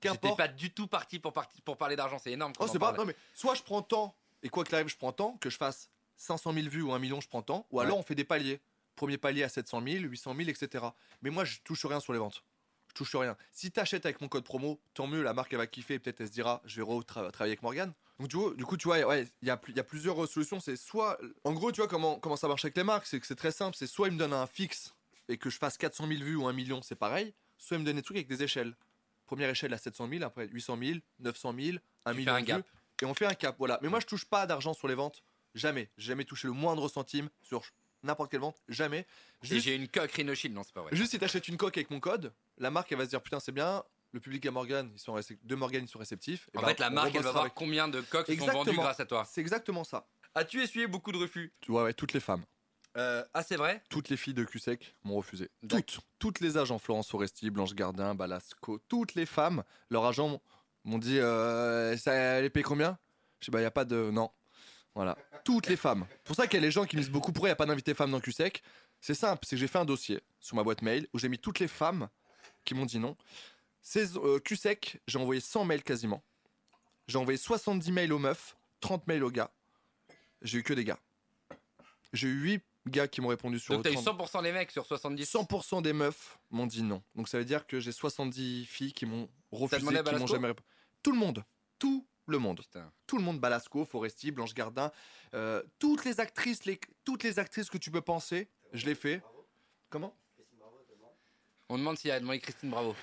J'étais
qu'importe.
pas du tout parti pour, parti- pour parler d'argent, c'est énorme. qu'on
Oh,
en
c'est pas.
parle.
Non, mais soit je prends tant, et quoi qu'il arrive, je prends tant, que je fasse 500 000 vues ou 1 million, je prends tant, ou alors on fait des paliers. Premier palier à 700 000, 800 000, etc. Mais moi, je touche rien sur les ventes. Je touche rien. Si t'achètes avec mon code promo, tant mieux, la marque elle va kiffer et peut-être elle se dira, je vais retravailler avec Morgan. Donc, du coup, du coup tu vois, ouais, il y, a plus- il y a plusieurs euh, solutions. C'est soit. En gros, tu vois comment, comment ça marche avec les marques, c'est que c'est très simple. C'est soit ils me donnent un fixe et que je fasse 400 000 vues ou 1 million, c'est pareil. Soit ils me donnent des trucs avec des échelles. Première échelle à 700 000, après 800 000, 900 000, 1
Tu fais
million.
un
de
gap.
vues. Et on fait un cap, voilà. Mais moi, je touche pas d'argent sur les ventes. Jamais. J'ai jamais touché le moindre centime sur n'importe quelle vente. Jamais.
Et
Juste,
j'ai une coque Rhino Shield, non, c'est pas vrai.
juste si t'achètes une coque avec mon code, la marque, elle va se dire putain, c'est bien. Le public à Morgan, ils sont récep- de Morgan, ils sont réceptifs. Et
En
ben,
fait, la
on
marque, elle va
rebossera
voir
avec-
combien de coques sont
Exactement.
vendues grâce à toi.
C'est exactement ça.
As-tu essuyé beaucoup de refus
Tu vois, ouais, toutes les femmes,
Ah, c'est vrai
toutes les filles de Cusec m'ont refusé.
D'ac-
Toutes. Toutes les agents, Florence Foresti, Blanche Gardin, Balasco, toutes les femmes, leurs agents m'ont- m'ont dit euh, ça, elle est payée combien Je sais bah, il n'y a pas de. Non. Voilà. Toutes les femmes. Pour ça qu'il y a les gens qui me disent beaucoup pourquoi il n'y a pas d'invité femme dans Cusec. C'est simple, c'est que j'ai fait un dossier sur ma boîte mail où j'ai mis toutes les femmes qui m'ont dit non. Saison- euh, Cusec, j'ai envoyé 100 mails quasiment. J'ai envoyé 70 mails aux meufs, 30 mails aux gars. J'ai eu que des gars. J'ai eu 8 gars qui m'ont répondu sur
Donc t'as eu
30.
100% des mecs sur 70.
100% des meufs m'ont dit non. Donc ça veut dire que j'ai 70 filles qui m'ont refusé,
demandé à
qui m'ont
Balasco
jamais répondu. Tout le monde, tout le monde,
Putain.
tout le monde. Balasco, Foresti, Blanche Gardin, euh, toutes les actrices, les, toutes les actrices que tu peux penser, je l'ai fait. Comment
On demande s'il a demandé Christine Bravo.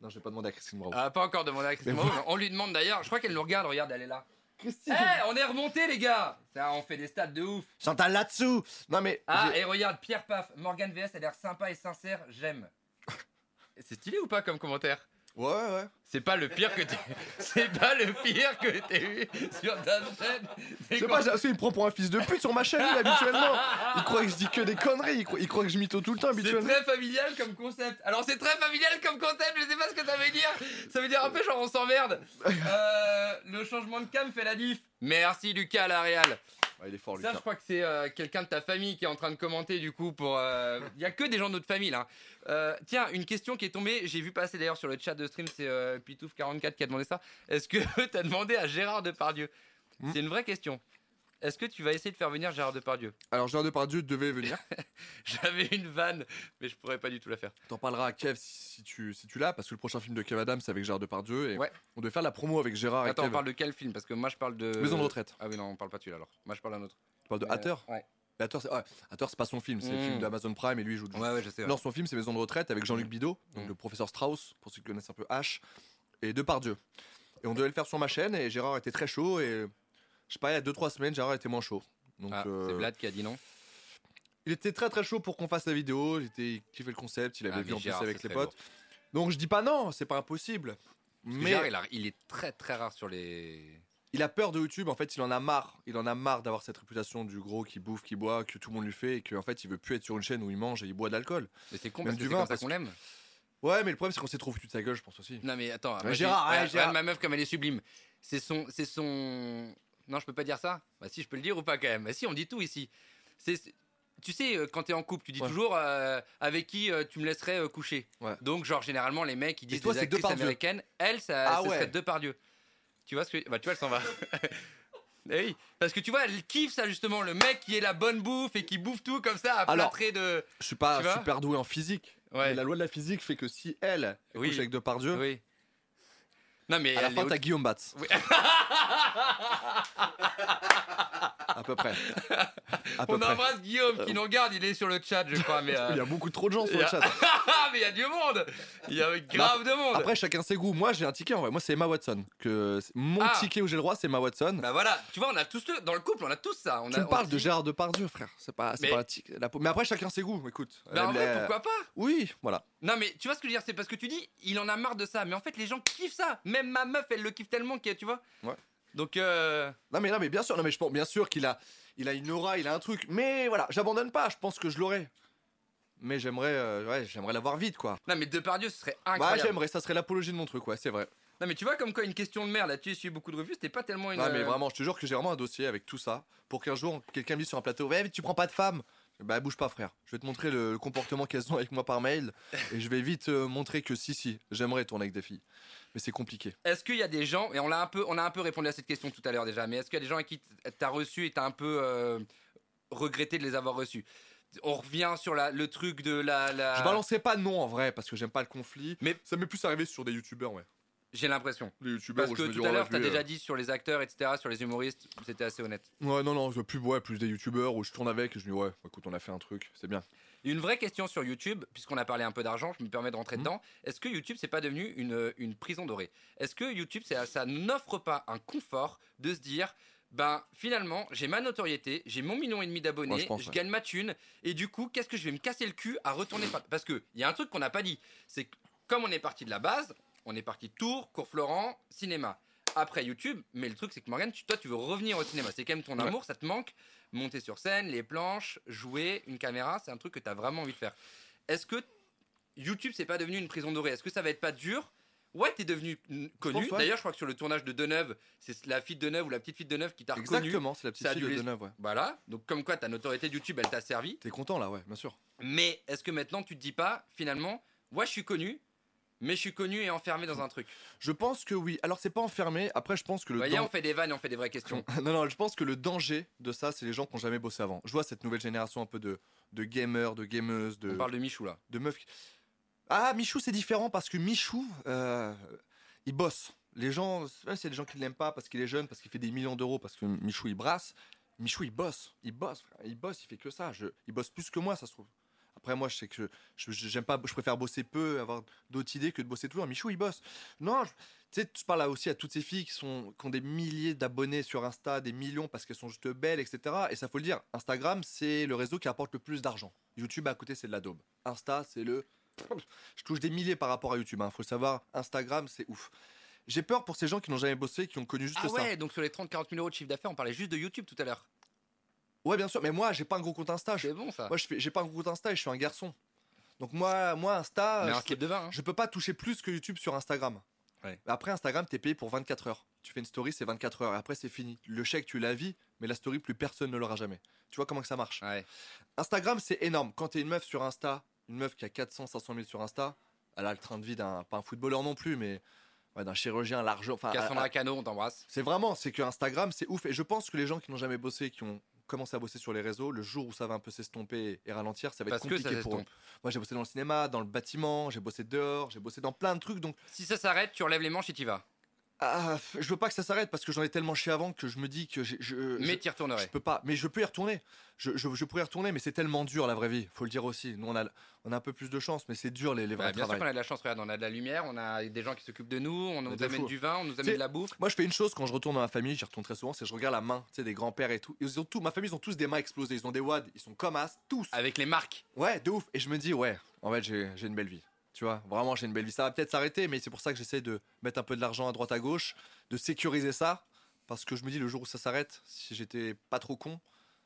Non, j'ai pas demandé à Christine Bravo.
Ah, pas encore demandé à Christine
Mais
Bravo. mais On lui demande d'ailleurs. Je crois qu'elle nous regarde. Regarde, elle est là. Eh,
Christine
on est remonté, les gars. Ça, on fait des stats de ouf.
Chantal là-dessous Non, mais.
Ah,
j'ai-
et regarde, Pierre Paf, Morgan VS a l'air sympa et sincère, j'aime. C'est stylé ou pas comme commentaire
Ouais, ouais, ouais.
C'est pas le pire que t'es. C'est pas le pire que t'aies eu sur ta chaîne.
Je sais pas, j'ai- parce qu'il me prend pour un fils de pute sur ma chaîne, lui, habituellement. Il croit que je dis que des conneries, il croit, il croit que je mytho tout le temps,
C'est
habituellement.
très familial comme concept. Alors c'est très familial comme concept, je sais pas ce que ça veut dire. Ça veut dire un peu genre on s'emmerde. Euh, le changement de cam fait la diff. Merci Lucas à la Real.
Ouais, Ah, il est fort,
Ça, je
Oh, Lucas.
crois que c'est euh, quelqu'un de ta famille qui est en train de commenter, du coup, pour. euh, Il y a que des gens de notre famille, là. Euh, tiens, une question qui est tombée, j'ai vu passer d'ailleurs sur le chat de stream, c'est euh, Pitouf44 qui a demandé ça. Est-ce que t'as demandé à Gérard Depardieu
Hmm.
C'est une vraie question. Est-ce que tu vas essayer de faire venir Gérard Depardieu
Alors, Gérard Depardieu devait venir.
J'avais une vanne, mais je pourrais pas du tout la faire.
T'en parleras à Kev si, si tu, si tu l'as, parce que le prochain film de Kev Adams, c'est avec Gérard Depardieu. Et
Ouais.
on devait faire la promo avec Gérard
Attends,
et
on
Kev.
parle de quel film Parce que moi, je parle de.
Maison de retraite.
Ah oui, non, on parle pas de celui-là alors. Moi, je parle d'un autre.
Tu parles de
Mais, euh,
Hatter
Ouais.
Mais Hatter, c'est ouais, Hatter, c'est pas son film, c'est le
Mm.
film d'Amazon Prime et lui il joue.
Ouais, ouais, je sais. ouais.
Non, son film, c'est Maison de retraite avec Jean-Luc
Mm.
Bidot, donc
Mm.
le professeur Strauss, pour ceux qui connaissent un peu H, et Depardieu. Et on devait le faire sur ma chaîne, et Gérard était très chaud, et je sais pas, il y a 2-3 semaines, Gérard était moins chaud. Donc,
Ah,
euh,
c'est Vlad qui a dit non.
il était très très chaud pour qu'on fasse la vidéo, il, était, il kiffait le concept, il
Ah,
avait
mais
vu en plus
Gérard,
avec
c'est
les
très
potes. Donc je dis pas non, c'est pas impossible.
Mais...
Mais
Gérard, il, a- il est très très rare sur les.
il a peur de YouTube, en fait, il en a marre. Il en a marre d'avoir cette réputation du gros qui bouffe, qui boit, que tout le monde lui fait, et qu'en fait, il veut plus être sur une chaîne où il mange et il boit de l'alcool.
Mais c'est con
Même
parce que
du
c'est
vin,
comme ça
parce
qu'on l'aime.
Ouais, mais le problème, c'est qu'on s'est trop foutu de sa gueule, je pense aussi.
Non mais attends,
Mais
moi,
Gérard,
j'ai-
ouais,
regarde
Gérard.
ma meuf comme elle est sublime. C'est son, c'est son. Non, je peux pas dire ça. Bah si, je peux le dire ou pas quand même. Bah si, on dit tout ici. C'est, c'est- tu sais, euh, quand t'es en couple, tu dis
Ouais.
toujours euh, avec qui euh, tu me laisserais euh, coucher.
Ouais.
Donc genre généralement les mecs ils disent
toi,
des
c'est
actrices
Depardieu.
américaines, elle ça,
Ah
ça serait
ouais.
Depardieu. Tu vois ce que, bah tu vois elle s'en va. Eh oui, parce que tu vois, elle kiffe ça justement, le mec qui est la bonne bouffe et qui bouffe tout comme ça à
Alors,
plâtrer de.
Je suis
Tu vois
pas super doué en physique.
Ouais.
Mais la loi de la physique fait que si elle elle
Oui.
couche avec Depardieu,
Oui. Non mais
à la
elle
fin
est
t'as Guillaume Batz.
Oui.
à peu près. À peu
On
près. Euh,
embrasse Guillaume qui nous regarde, il est sur le chat, je crois, mais
Il y
euh,
a beaucoup trop de gens sur
il y
le
a-
chat.
ah, mais il y a du monde. Il y a grave de monde.
Après, chacun ses goûts. Moi, j'ai un ticket en vrai. Moi, c'est Emma Watson. Que c'est- mon
Ah.
ticket où j'ai le droit, c'est Emma Watson.
Bah voilà, tu vois, on a tous le dans le couple, on a tous ça. On
tu
a,
me
on
parles
dit-
de Gérard Depardieu, frère. C'est pas, c'est
Mais-
pas un ticket. La... peau- Mais après, chacun ses goûts. Écoute.
Bah en
Elle-
vrai,
elle-
pourquoi pas
Oui, voilà.
Non mais tu vois ce que je veux dire, c'est parce que tu dis, il en a marre de ça, mais en fait les gens kiffent ça. Même ma meuf, elle le kiffe tellement que tu vois.
Ouais.
Donc euh,
Non mais, non, mais bien sûr, non, mais je pense bien sûr qu'il a, il a une aura, il a un truc. Mais voilà, j'abandonne pas. Je pense que je l'aurai. Mais j'aimerais, euh, ouais, j'aimerais l'avoir vite, quoi.
non mais Depardieu, ce serait
Bah,
incroyable.
j'aimerais, ça serait l'apologie de mon truc, ouais, c'est vrai.
non mais tu vois comme quoi une question de merde, là tu essuies beaucoup de revues, c'était pas tellement une.
Non, mais
euh,
vraiment, je te jure que j'ai vraiment un dossier avec tout ça pour qu'un jour, quelqu'un me dise sur un plateau Ouais, mais tu prends pas de femme Bah, bouge pas, frère. Je vais te montrer le, le comportement qu'elles ont avec moi par mail et je vais vite euh, montrer que si, si, j'aimerais tourner avec des filles. Mais c'est compliqué.
Est-ce qu'il y a des gens, et on, l'a un peu, on a un peu répondu à cette question tout à l'heure déjà, mais est-ce qu'il y a des gens à qui t- t'as reçu et t'as un peu euh, regretté de les avoir reçus On revient sur la, le truc de la. la-
Je balançais pas non en vrai parce que j'aime pas le conflit.
Euh. Mais-
ça m'est plus arrivé sur des youtubeurs, ouais.
J'ai l'impression.
Des youtubeurs
Parce
où
que
je me dis,
tout à
oh là,
l'heure, t'as
lui,
déjà
euh,
dit sur les acteurs, etc., sur les humoristes, c'était assez honnête.
Ouais, non, non, je veux plus, ouais, plus des youtubeurs où je tourne avec et je me dis, ouais, écoute, on a fait un truc, c'est bien.
Une vraie question sur YouTube, puisqu'on a parlé un peu d'argent, je me permets de rentrer
Mhm.
dedans. Est-ce que YouTube, c'est pas devenu une, une prison dorée Est-ce que YouTube, c'est- ça n'offre pas un confort de se dire, ben finalement, j'ai ma notoriété, j'ai mon million et demi d'abonnés,
Ouais, je
je,
pense, ouais.
gagne ma thune, et du coup, qu'est-ce que je vais me casser le cul à retourner par- Parce qu'il y a un truc qu'on n'a pas dit, c'est que comme on est parti de la base, on est parti de Tours, Cours-Florent, cinéma. Après YouTube, mais le truc c'est que Morgan, toi tu veux revenir au cinéma, c'est quand même ton
Ouais.
amour, ça te manque monter sur scène, les planches, jouer, une caméra, c'est un truc que tu as vraiment envie de faire. Est-ce que YouTube, c'est pas devenu une prison dorée Est-ce que ça va être pas dur Ouais, t'es devenu mm, connu.
pense, ouais.
D'ailleurs, je crois que sur le tournage de Deneuve, c'est la fille de Deneuve ou la petite fille de Deneuve qui t'a reconnu.
Exactement, c'est la petite
ça a
fille
dû
de
les-
Deneuve, ouais.
Voilà, donc comme quoi ta notoriété de YouTube, elle t'a servi.
T'es content là, ouais, bien sûr.
Mais est-ce que maintenant tu te dis pas, finalement, ouais, je suis connu, mais je suis connu et enfermé dans un truc
Je pense que oui. Alors, c'est pas enfermé. Après, je pense que
Vous
le
voyez,
dan-
on fait des vannes, on fait des vraies questions.
Non, non, je pense que le danger de ça, c'est les gens qui n'ont jamais bossé avant. Je vois cette nouvelle génération un peu de, de gamers, de gameuses, de,
On parle de Michou là.
de meufs. qui- Ah, Michou, c'est différent parce que Michou, euh, il bosse. Les gens, ouais, c'est des gens qui ne l'aiment pas parce qu'il est jeune, parce qu'il fait des millions d'euros, parce que Michou, il brasse. Michou, il bosse. Il bosse, frère. Il bosse, il fait que ça. Je... Il bosse plus que moi, ça se trouve. Après, moi, je sais que je, je- j'aime pas, je préfère bosser peu, avoir d'autres idées que de bosser toujours. Michou, il bosse. Non, je- tu sais, tu parles là aussi à toutes ces filles qui, sont, qui ont des milliers d'abonnés sur Insta, des millions parce qu'elles sont juste belles, etc. Et ça, faut le dire, Instagram, c'est le réseau qui apporte le plus d'argent. YouTube, à côté, c'est de la daube. Insta, c'est le. Je touche des milliers par rapport à YouTube. Il faut le savoir, Instagram, c'est ouf. J'ai peur pour ces gens qui n'ont jamais bossé, qui ont connu juste
Ah
ça.
ouais, donc sur les 30-40 000 euros de chiffre d'affaires, on parlait juste de YouTube tout à l'heure.
Ouais, bien sûr, mais moi, j'ai pas un gros compte Insta. Je-
C'est bon ça.
Moi, je fais- j'ai pas un gros compte Insta et je suis un garçon. Donc, moi, moi Insta,
Mais
je,
un slip de bain. hein.
je peux pas toucher plus que YouTube sur Instagram.
Ouais.
Après, Instagram, t'es payé pour 24 heures. Tu fais une story, c'est 24 heures. Et après, c'est fini. Le chèque, tu la vis, mais la story, plus personne ne l'aura jamais. Tu vois comment que ça marche
Ouais.
Instagram, c'est énorme. Quand t'es une meuf sur Insta, une meuf qui a 400, 500 000 sur Insta, elle a le train de vie d'un, pas un footballeur non plus, mais ouais, d'un chirurgien largeur. Enfin, elle-
Cassandra Cano, on t'embrasse.
c'est vraiment, c'est que Instagram, c'est ouf. Et je pense que les gens qui n'ont jamais bossé, qui ont commencé à bosser sur les réseaux, le jour où ça va un peu s'estomper et ralentir, ça va
Parce
être
que ça
compliqué pour eux.
s'estompe.
Moi, j'ai bossé dans le cinéma, dans le bâtiment, j'ai bossé dehors, j'ai bossé dans plein de trucs. Donc,
Si ça s'arrête, tu relèves les manches et t'y vas.
ah, je veux pas que ça s'arrête parce que j'en ai tellement chié avant que je me dis que j'ai- je,
Mais
je-
t'y
je
retournerais.
peux pas. Mais je peux y retourner. Je, je, je pourrais y retourner, mais c'est tellement dur la vraie vie. Faut le dire aussi. Nous, on a, on a un peu plus de chance, mais c'est dur les, les
Bah,
vrais
bien sûr
travails.
qu'on a de la chance, regarde, on a de la lumière, on a des gens qui s'occupent de nous, on nous
de
amène
fou.
du vin, on nous amène
C'est-
de la bouffe.
Moi, je fais une chose quand je retourne dans ma famille, j'y retourne très souvent, c'est je regarde la main, tu sais, des grands-pères et tout. Ils ont tout. Ma famille, ils ont tous des mains explosées. Ils ont des wads, ils sont comme as, tous.
Avec les marques.
Ouais, de ouf. Et je me dis, ouais, en fait, j'ai j'ai une belle vie. Tu vois, vraiment, j'ai une belle vie. Ça va peut-être s'arrêter, mais c'est pour ça que j'essaie de mettre un peu de l'argent à droite à gauche, de sécuriser ça. Parce que je me dis, le jour où ça s'arrête, si j'étais pas trop con,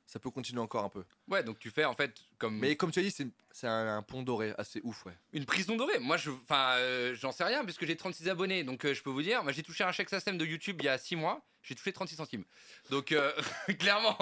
ça peut continuer encore un peu.
Ouais, donc tu fais en fait comme
Mais comme tu as dit, c'est c'est un, un pont doré assez ouf, ouais.
une prison dorée. Moi, je, enfin, euh, j'en sais rien puisque j'ai 36 abonnés, donc euh, je peux vous dire, moi j'ai touché un chèque SACEM de YouTube il y a 6 mois, j'ai touché 36 centimes. Donc euh, clairement,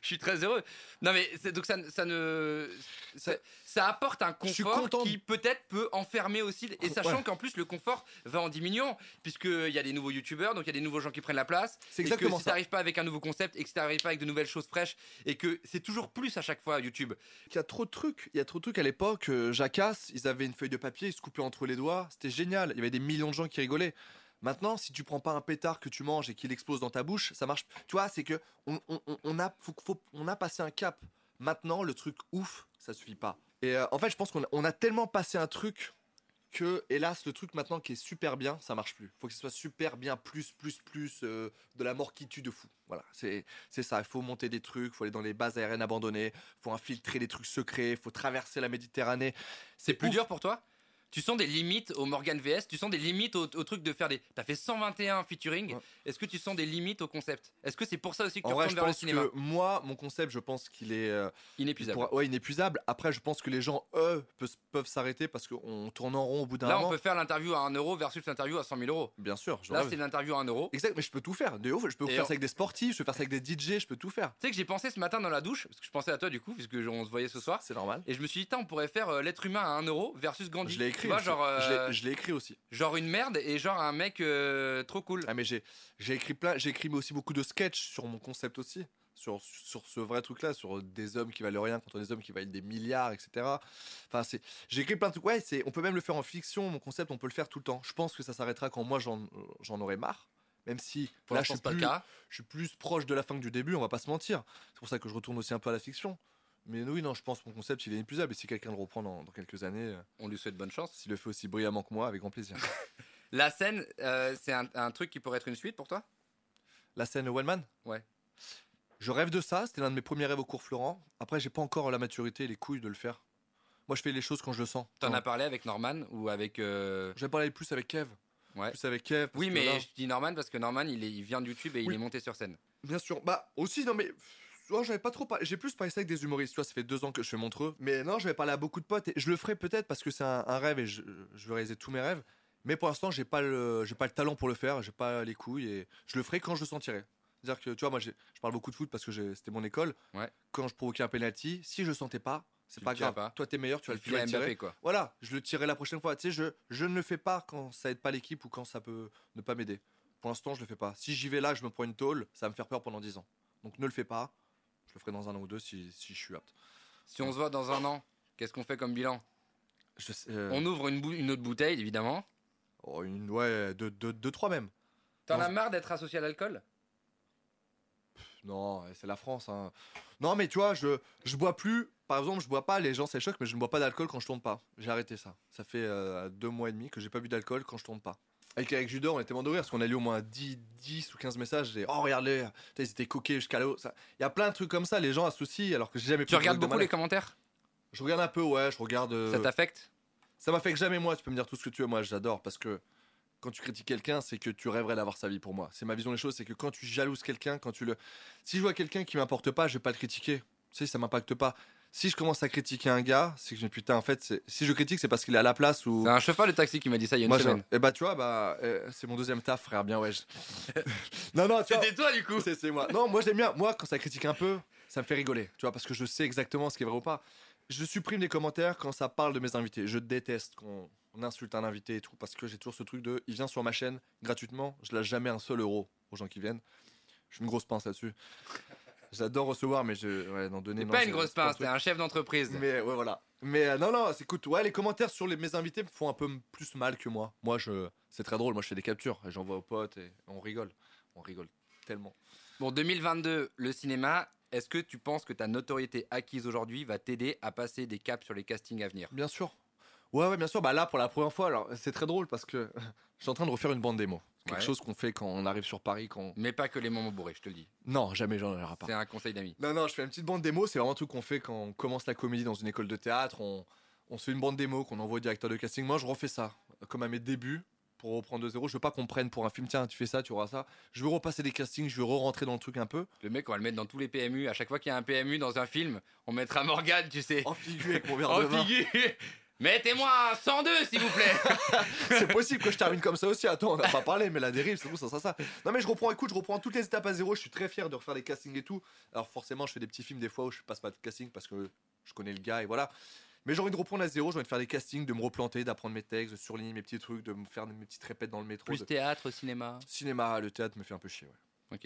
je suis très heureux. Non mais c'est- donc ça, ne- ça ne, ça, ça apporte un
Je suis
confort
content.
qui peut-être peut enfermer aussi, et sachant
Ouais.
qu'en plus le confort va en diminuant puisque il y a des nouveaux YouTubeurs, donc il y a des nouveaux gens qui prennent la place.
C'est
Et
exactement
que si
ça.
t'arrives pas avec un nouveau concept et que si t'arrives pas avec de nouvelles choses fraîches et que c'est toujours plus à chaque fois YouTube.
Il y a trop de trucs. Il y a trop de trucs à l'époque. euh, Jacasse, ils avaient une feuille de papier, ils se coupaient entre les doigts. C'était génial. Il y avait des millions de gens qui rigolaient. Maintenant, si tu prends pas un pétard que tu manges et qu'il explose dans ta bouche, ça marche. Tu vois, c'est que on, on- on- on a, faut- faut- on a passé un cap. Maintenant, le truc ouf, ça suffit pas. Et euh, en fait, je pense qu'on a, on a tellement passé un truc que, hélas, le truc maintenant qui est super bien, ça marche plus. Faut que ce soit super bien, plus, plus, plus, euh, de la mort qui tue de fou. Voilà, c'est c'est ça. Il faut monter des trucs, faut aller dans les bases aériennes abandonnées, faut infiltrer des trucs secrets, faut traverser la Méditerranée.
C'est plus
ouf.
dur pour toi Tu sens des limites au Morgan VS Tu sens des limites au, au truc de faire des. T'as fait 121 featuring.
Ouais.
Est-ce que tu sens des limites au concept Est-ce que c'est pour ça aussi que tu
En vrai,
retournes
je
vers le
pense
cinéma
que moi, mon concept, je pense qu'il est euh,
Inépuisable.
pour- ouais, inépuisable. Après, je pense que les gens, eux, pe- peuvent s'arrêter parce qu'on tourne en rond au bout d'un
Là, on
moment.
peut faire l'interview à 1 euro versus l'interview à 100 000 euros.
Bien sûr, je
Là,
rêve.
c'est l'interview à 1 euro. Tu
Exact, mais je peux tout faire. De ouf, je peux
Et
faire
on-
ça avec des sportifs, je peux faire ça avec des DJ, je peux tout faire.
sais que j'ai pensé ce matin dans la douche, parce que je pensais à toi du coup, puisque on se voyait ce soir.
C'est normal.
Et je me suis dit, Tain, on pourrait faire euh, l'être humain à 1 euro versus Gandhi.
Je l'ai
Tu
écrit.
vois,
aussi.
genre,
Je l'ai-
euh,
je l'ai écrit aussi.
genre une merde et genre un mec euh, trop cool.
Ah mais j'ai j'ai écrit plein, j'ai écrit aussi beaucoup de sketchs sur mon concept aussi, sur sur ce vrai truc là, sur des hommes qui valent rien contre des hommes qui valent des milliards, etc. Enfin c'est, j'ai écrit plein de trucs. Ouais c'est, on peut même le faire en fiction. Mon concept, on peut le faire tout le temps. Je pense que ça s'arrêtera quand moi j'en j'en aurai marre. Même si
Pour
là je
l'instant,
suis
c'est pas le
plus,
cas.
je suis plus proche de la fin que du début, on va pas se mentir. C'est pour ça que je retourne aussi un peu à la fiction. Mais oui, non, je pense que mon concept, il est inépuisable. Et si quelqu'un le reprend dans, dans quelques années, euh,
On lui souhaite bonne chance.
s'il le fait aussi brillamment que moi, avec grand plaisir.
La scène, euh, c'est un- un truc qui pourrait être une suite pour toi
La scène One Man
Ouais.
Je rêve de ça, c'était l'un de mes premiers rêves au cours Florent. Après, j'ai pas encore la maturité et les couilles de le faire. Moi, je fais les choses quand je le sens.
T'en
Quand-
as parlé avec Norman ou avec. euh,
J'ai parlé plus avec Kev.
Ouais.
Plus avec Kev. parce
Oui,
que
mais
là-
je dis Norman parce que Norman, il, est- il vient de YouTube et il
Oui.
est monté sur scène.
Bien sûr. Bah, aussi, non, mais. Moi, j'avais pas trop. par- J'ai plus parlé ça avec des humoristes. Tu vois, ça fait deux ans que je fais Montreux. Mais non, j'avais parlé à beaucoup de potes. Et je le ferai peut-être parce que c'est un, un rêve et je, je veux réaliser tous mes rêves. Mais pour l'instant, j'ai pas, le... j'ai pas le talent pour le faire. J'ai pas les couilles. Et je le ferai quand je le sentirai. C'est-à-dire que, tu vois, moi, j'ai- je parle beaucoup de foot parce que j'ai- c'était mon école.
Ouais.
Quand je provoquais un penalty, si je le sentais pas, c'est
Tu
pas
le tirais
grave.
pas.
Toi, t'es meilleur, tu vas
le
le
filer
tirer.
à Mbappé, quoi.
Voilà, je le tirerai la prochaine fois. Tu sais, je, je ne le fais pas quand ça aide pas l'équipe ou quand ça peut ne pas m'aider. Pour l'instant, je le fais pas. Si j'y vais là, je me prends une tôle, ça va me faire peur pendant 10 ans. Donc ne le fais pas. Je le ferai dans un an ou deux si, si je suis apte.
Si on se voit dans un an, qu'est-ce qu'on fait comme bilan
Je sais, euh,
On ouvre une, bou- une autre bouteille, évidemment.
oh, une, ouais, deux, deux, deux, trois même.
T'en
Dans-
as marre d'être associé à l'alcool
Non, c'est la France. hein. Non, mais tu vois, je, je bois plus par exemple, je bois pas, les gens ça les choque, mais je ne bois pas d'alcool quand je tourne pas. J'ai arrêté ça. Ça fait euh, deux mois et demi que j'ai pas bu d'alcool quand je tourne pas. Avec, avec Judor, on était mort de rire parce qu'on a lu au moins 10, 10 ou 15 messages. Et, oh, regardez, putain, ils étaient coqués jusqu'à l'eau. Ça- Il y a plein de trucs comme ça, les gens associent alors que j'ai jamais pris
Tu
de
regardes
drogue de
beaucoup
ma
les
life.
commentaires
Je regarde un peu, ouais, je regarde. euh,
Ça t'affecte
ça m'affecte jamais moi, tu peux me dire tout ce que tu veux, moi j'adore parce que quand tu critiques quelqu'un, c'est que tu rêverais d'avoir sa vie pour moi. C'est ma vision des choses, c'est que quand tu jalouses quelqu'un, quand tu le. Si je vois quelqu'un qui m'importe pas, je vais pas le critiquer. Tu sais, ça m'impacte pas. Si je commence à critiquer un gars, c'est que je me dis, putain, en fait, c'est- si je critique, c'est parce qu'il est à la place ou.
C'est un chauffeur de taxi qui m'a dit ça il y a une
Moi,
semaine.
Et bah, tu vois, bah, euh, c'est mon deuxième taf, frère, bien, ouais. je- non, non, tu vois.
C'était toi du coup
C'est c'est moi. Non, moi j'aime bien. Moi, quand ça critique un peu, ça me fait rigoler. Tu vois, parce que je sais exactement ce qui est vrai ou pas. Je supprime les commentaires quand ça parle de mes invités. Je déteste qu'on on insulte un invité et tout, parce que j'ai toujours ce truc de il vient sur ma chaîne gratuitement, je lâche jamais un seul euro aux gens qui viennent. Je suis une grosse pince là-dessus. J'adore recevoir, mais je. Ouais, non, donner.
T'es
non,
pas
c'est-
une grosse
c'est pas
pince,
le truc.
t'es un chef d'entreprise.
Mais ouais, voilà. Mais euh, non, non, c'est écoute, ouais, les commentaires sur les, mes invités me font un peu m- plus mal que moi. Moi, je, c'est très drôle. Moi, je fais des captures, et j'envoie aux potes et on rigole. On rigole tellement.
Bon, 2022, le cinéma, est-ce que tu penses que ta notoriété acquise aujourd'hui va t'aider à passer des caps sur les castings à venir
Bien sûr. Ouais, ouais, bien sûr. Bah là, pour la première fois, alors c'est très drôle parce que je suis en train de refaire une bande démo. Quelque
Ouais.
chose qu'on fait quand on arrive sur Paris. Quand on-
Mais pas que les moments bourrés, je te le dis.
Non, jamais j'en aurai pas.
C'est un conseil d'amis.
Non, non, je fais une petite bande démo. C'est vraiment un truc qu'on fait quand on commence la comédie dans une école de théâtre. On, on se fait une bande démo qu'on envoie au directeur de casting. Moi, je refais ça, comme à mes débuts, pour reprendre de zéro. Je veux pas qu'on prenne pour un film, tiens, tu fais ça, tu auras ça. Je veux repasser des castings, je veux re-rentrer dans le truc un peu.
Le mec, on va le mettre dans tous les PMU. À chaque fois qu'il y a un PMU dans un film, on mettra Morgane, tu sais.
En figure avec mon verre de
En
vin.
figure Mettez-moi un 102, s'il vous plaît
C'est possible que je termine comme ça aussi. Attends, on n'a pas parlé, mais la dérive, c'est tout, ça, ça, ça. Non, mais je reprends, écoute, je reprends toutes les étapes à zéro. Je suis très fier de refaire les castings et tout. Alors, forcément, je fais des petits films des fois où je passe pas de casting parce que je connais le gars et voilà. Mais j'ai envie de reprendre à zéro. J'ai envie de faire des castings, de me replanter, d'apprendre mes textes, de surligner mes petits trucs, de me faire mes petites répètes dans le métro.
Plus
de-
théâtre, cinéma.
Cinéma, le théâtre me fait un peu chier. Ouais.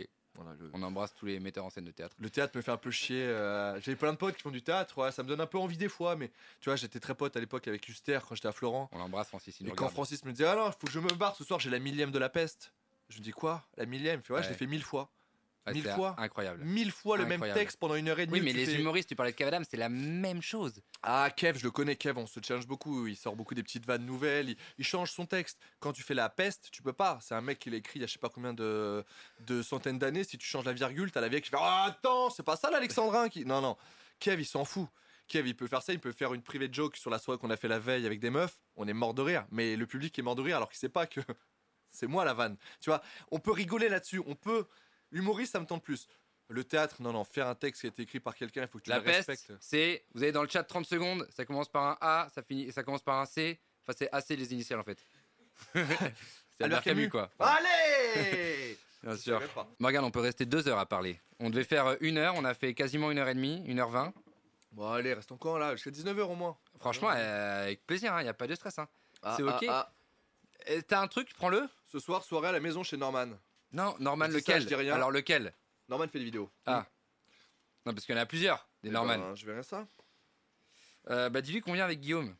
Ok,
Voilà, le...
on embrasse tous les metteurs en scène de théâtre.
le théâtre me fait un peu chier. euh, J'ai plein de potes qui font du théâtre. ouais, ça me donne un peu envie des fois, mais tu vois, j'étais très pote à l'époque avec Huster quand j'étais à Florent.
On l'embrasse, Francis. il
Et
nous
quand
regarde.
Francis me dit Ah non, faut que je me barre ce soir, j'ai la millième de la peste. Je lui dis Quoi La millième Il fait Ouais, je l'ai
Ouais.
fait mille fois.
Ouais,
mille
c'est
fois.
Incroyable.
Mille fois le même
Incroyable.
texte pendant une heure et demie.
Oui,
où
mais
tu
les
fais,
humoristes, tu parlais de Cavadam, c'est la même chose.
Ah, Kev, je le connais, Kev, on se challenge beaucoup. Il sort beaucoup des petites vannes nouvelles, il, il change son texte. Quand tu fais la peste, tu peux pas. C'est un mec qui l'a écrit il y a je sais pas combien de, de centaines d'années. Si tu changes la virgule, t'as la vieille qui fait Ah, attends, c'est pas ça l'Alexandrin qui. Non, non. Kev, il s'en fout. Kev, il peut faire ça, il peut faire une private joke sur la soirée qu'on a fait la veille avec des meufs. On est mort de rire. Mais le public est mort de rire alors qu'il sait pas que c'est moi la vanne. Tu vois, on peut rigoler là-dessus. On peut. Humoriste, ça me tente plus. Le théâtre, non, non, faire un texte qui a été écrit par quelqu'un, il faut que tu
la
le
peste,
respectes.
c'est. Vous avez dans le chat 30 secondes, ça commence par un A, ça, finit, ça commence par un C. Enfin, c'est AC les initiales en fait. c'est Albert
Albert
Camus,
Camus.
quoi.
Allez
Bien
Je
sûr.
savais pas.
Morgane, on peut rester deux heures à parler. On devait faire euh, une heure, on a fait quasiment une heure et demie, une heure vingt.
Bon, allez, reste encore là, jusqu'à 19h au moins.
Franchement, euh, avec plaisir, il n'y a pas de stress. Hein.
Ah,
c'est
ah,
ok
ah.
Euh, T'as un truc, prends-le
Ce soir, soirée à la maison chez Norman.
Non, Norman,
Je dis ça,
lequel
je dis rien.
Alors lequel
Norman fait des vidéos.
Ah. Non, parce qu'il y en a plusieurs, des
Hmm. Eh
Norman.
ben, je verrai ça.
Euh, bah dis-lui qu'on vient avec Guillaume.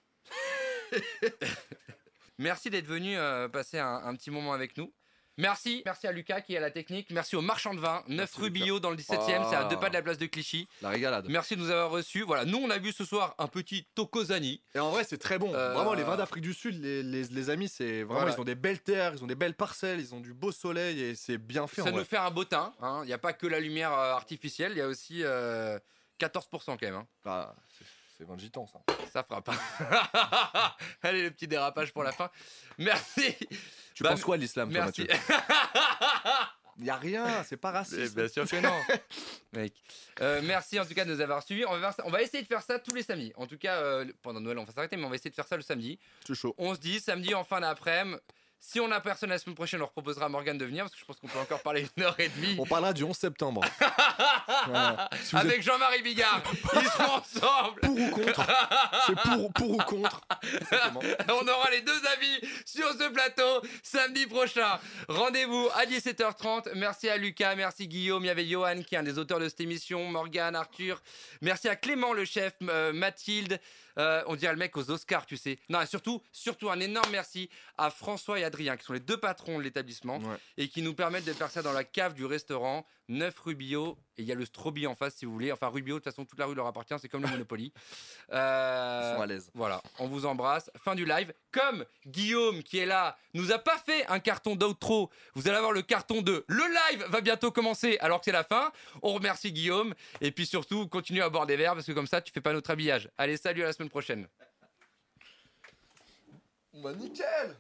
merci d'être venu euh, passer un, un petit moment avec nous. Merci, merci à Lucas qui est à la technique. Merci au marchand de vin, 9
Merci,
rue
Lucas.
Billot dans le 17 e c'est à deux
Ah.
pas de la place de Clichy.
La régalade.
Merci de nous avoir reçus. Voilà, nous on a bu ce soir un petit Tokozani.
Et en vrai, c'est très bon.
Euh,
Vraiment, les vins d'Afrique du Sud, les, les- les amis, c'est vraiment,
Voilà.
ils ont des belles terres, ils ont des belles parcelles, ils ont du beau soleil et c'est bien fait.
Ça
en
nous
vrai.
fait un beau teint. hein. Il n'y a pas que la lumière euh, artificielle, il y a aussi euh, 14% quand même. hein.
Ah, c'est- c'est 20 gitans, ça.
Ça fera pas. Allez, le petit dérapage pour la fin. Merci.
Tu
Bah,
penses quoi de l'islam, toi,
Merci.
Mathieu Y a rien, c'est pas
Mais
raciste.
bien sûr que non, mec. Euh, merci en tout cas de nous avoir suivis. On va, faire ça- on va essayer de faire ça tous les samedis. En tout cas, euh, le- pendant Noël, on va s'arrêter, mais on va essayer de faire ça le samedi.
C'est chaud.
On se dit samedi en fin d'après-midi. Si on n'a personne la semaine prochaine, on proposera à Morgane de venir parce que je pense qu'on peut encore parler une heure et demie.
On parlera du 11 septembre. Voilà. Si vous
Ah,
êtes
Avec Jean-Marie Bigard, ils seront ensemble.
pour ou contre, c'est pour, pour ou contre. Exactement.
On aura les deux avis sur ce plateau samedi prochain. Rendez-vous à 17h30. Merci à Lucas, merci Guillaume. Il y avait Johan qui est un des auteurs de cette émission, Morgane, Arthur. Merci à Clément, le chef, euh, Mathilde. Euh, on dirait le mec aux Oscars, tu sais. Non, et surtout, surtout un énorme merci à François et Adrien, qui sont les deux patrons de l'établissement
Ouais.
et qui nous permettent de faire ça dans la cave du restaurant 9 Rubio. Et il y a le Strobi en face, si vous voulez. Enfin, Rubio, de toute façon, toute la rue leur appartient. C'est comme le Monopoly.
Ils
Euh,
sont à l'aise.
voilà, on vous embrasse. Fin du live. Comme Guillaume qui est là nous a pas fait un carton d'outro, vous allez avoir le carton de le live va bientôt commencer alors que c'est la fin. On remercie Guillaume et puis surtout continue à boire des verres parce que comme ça tu fais pas notre habillage. Allez, salut à la semaine prochaine.
Bah nickel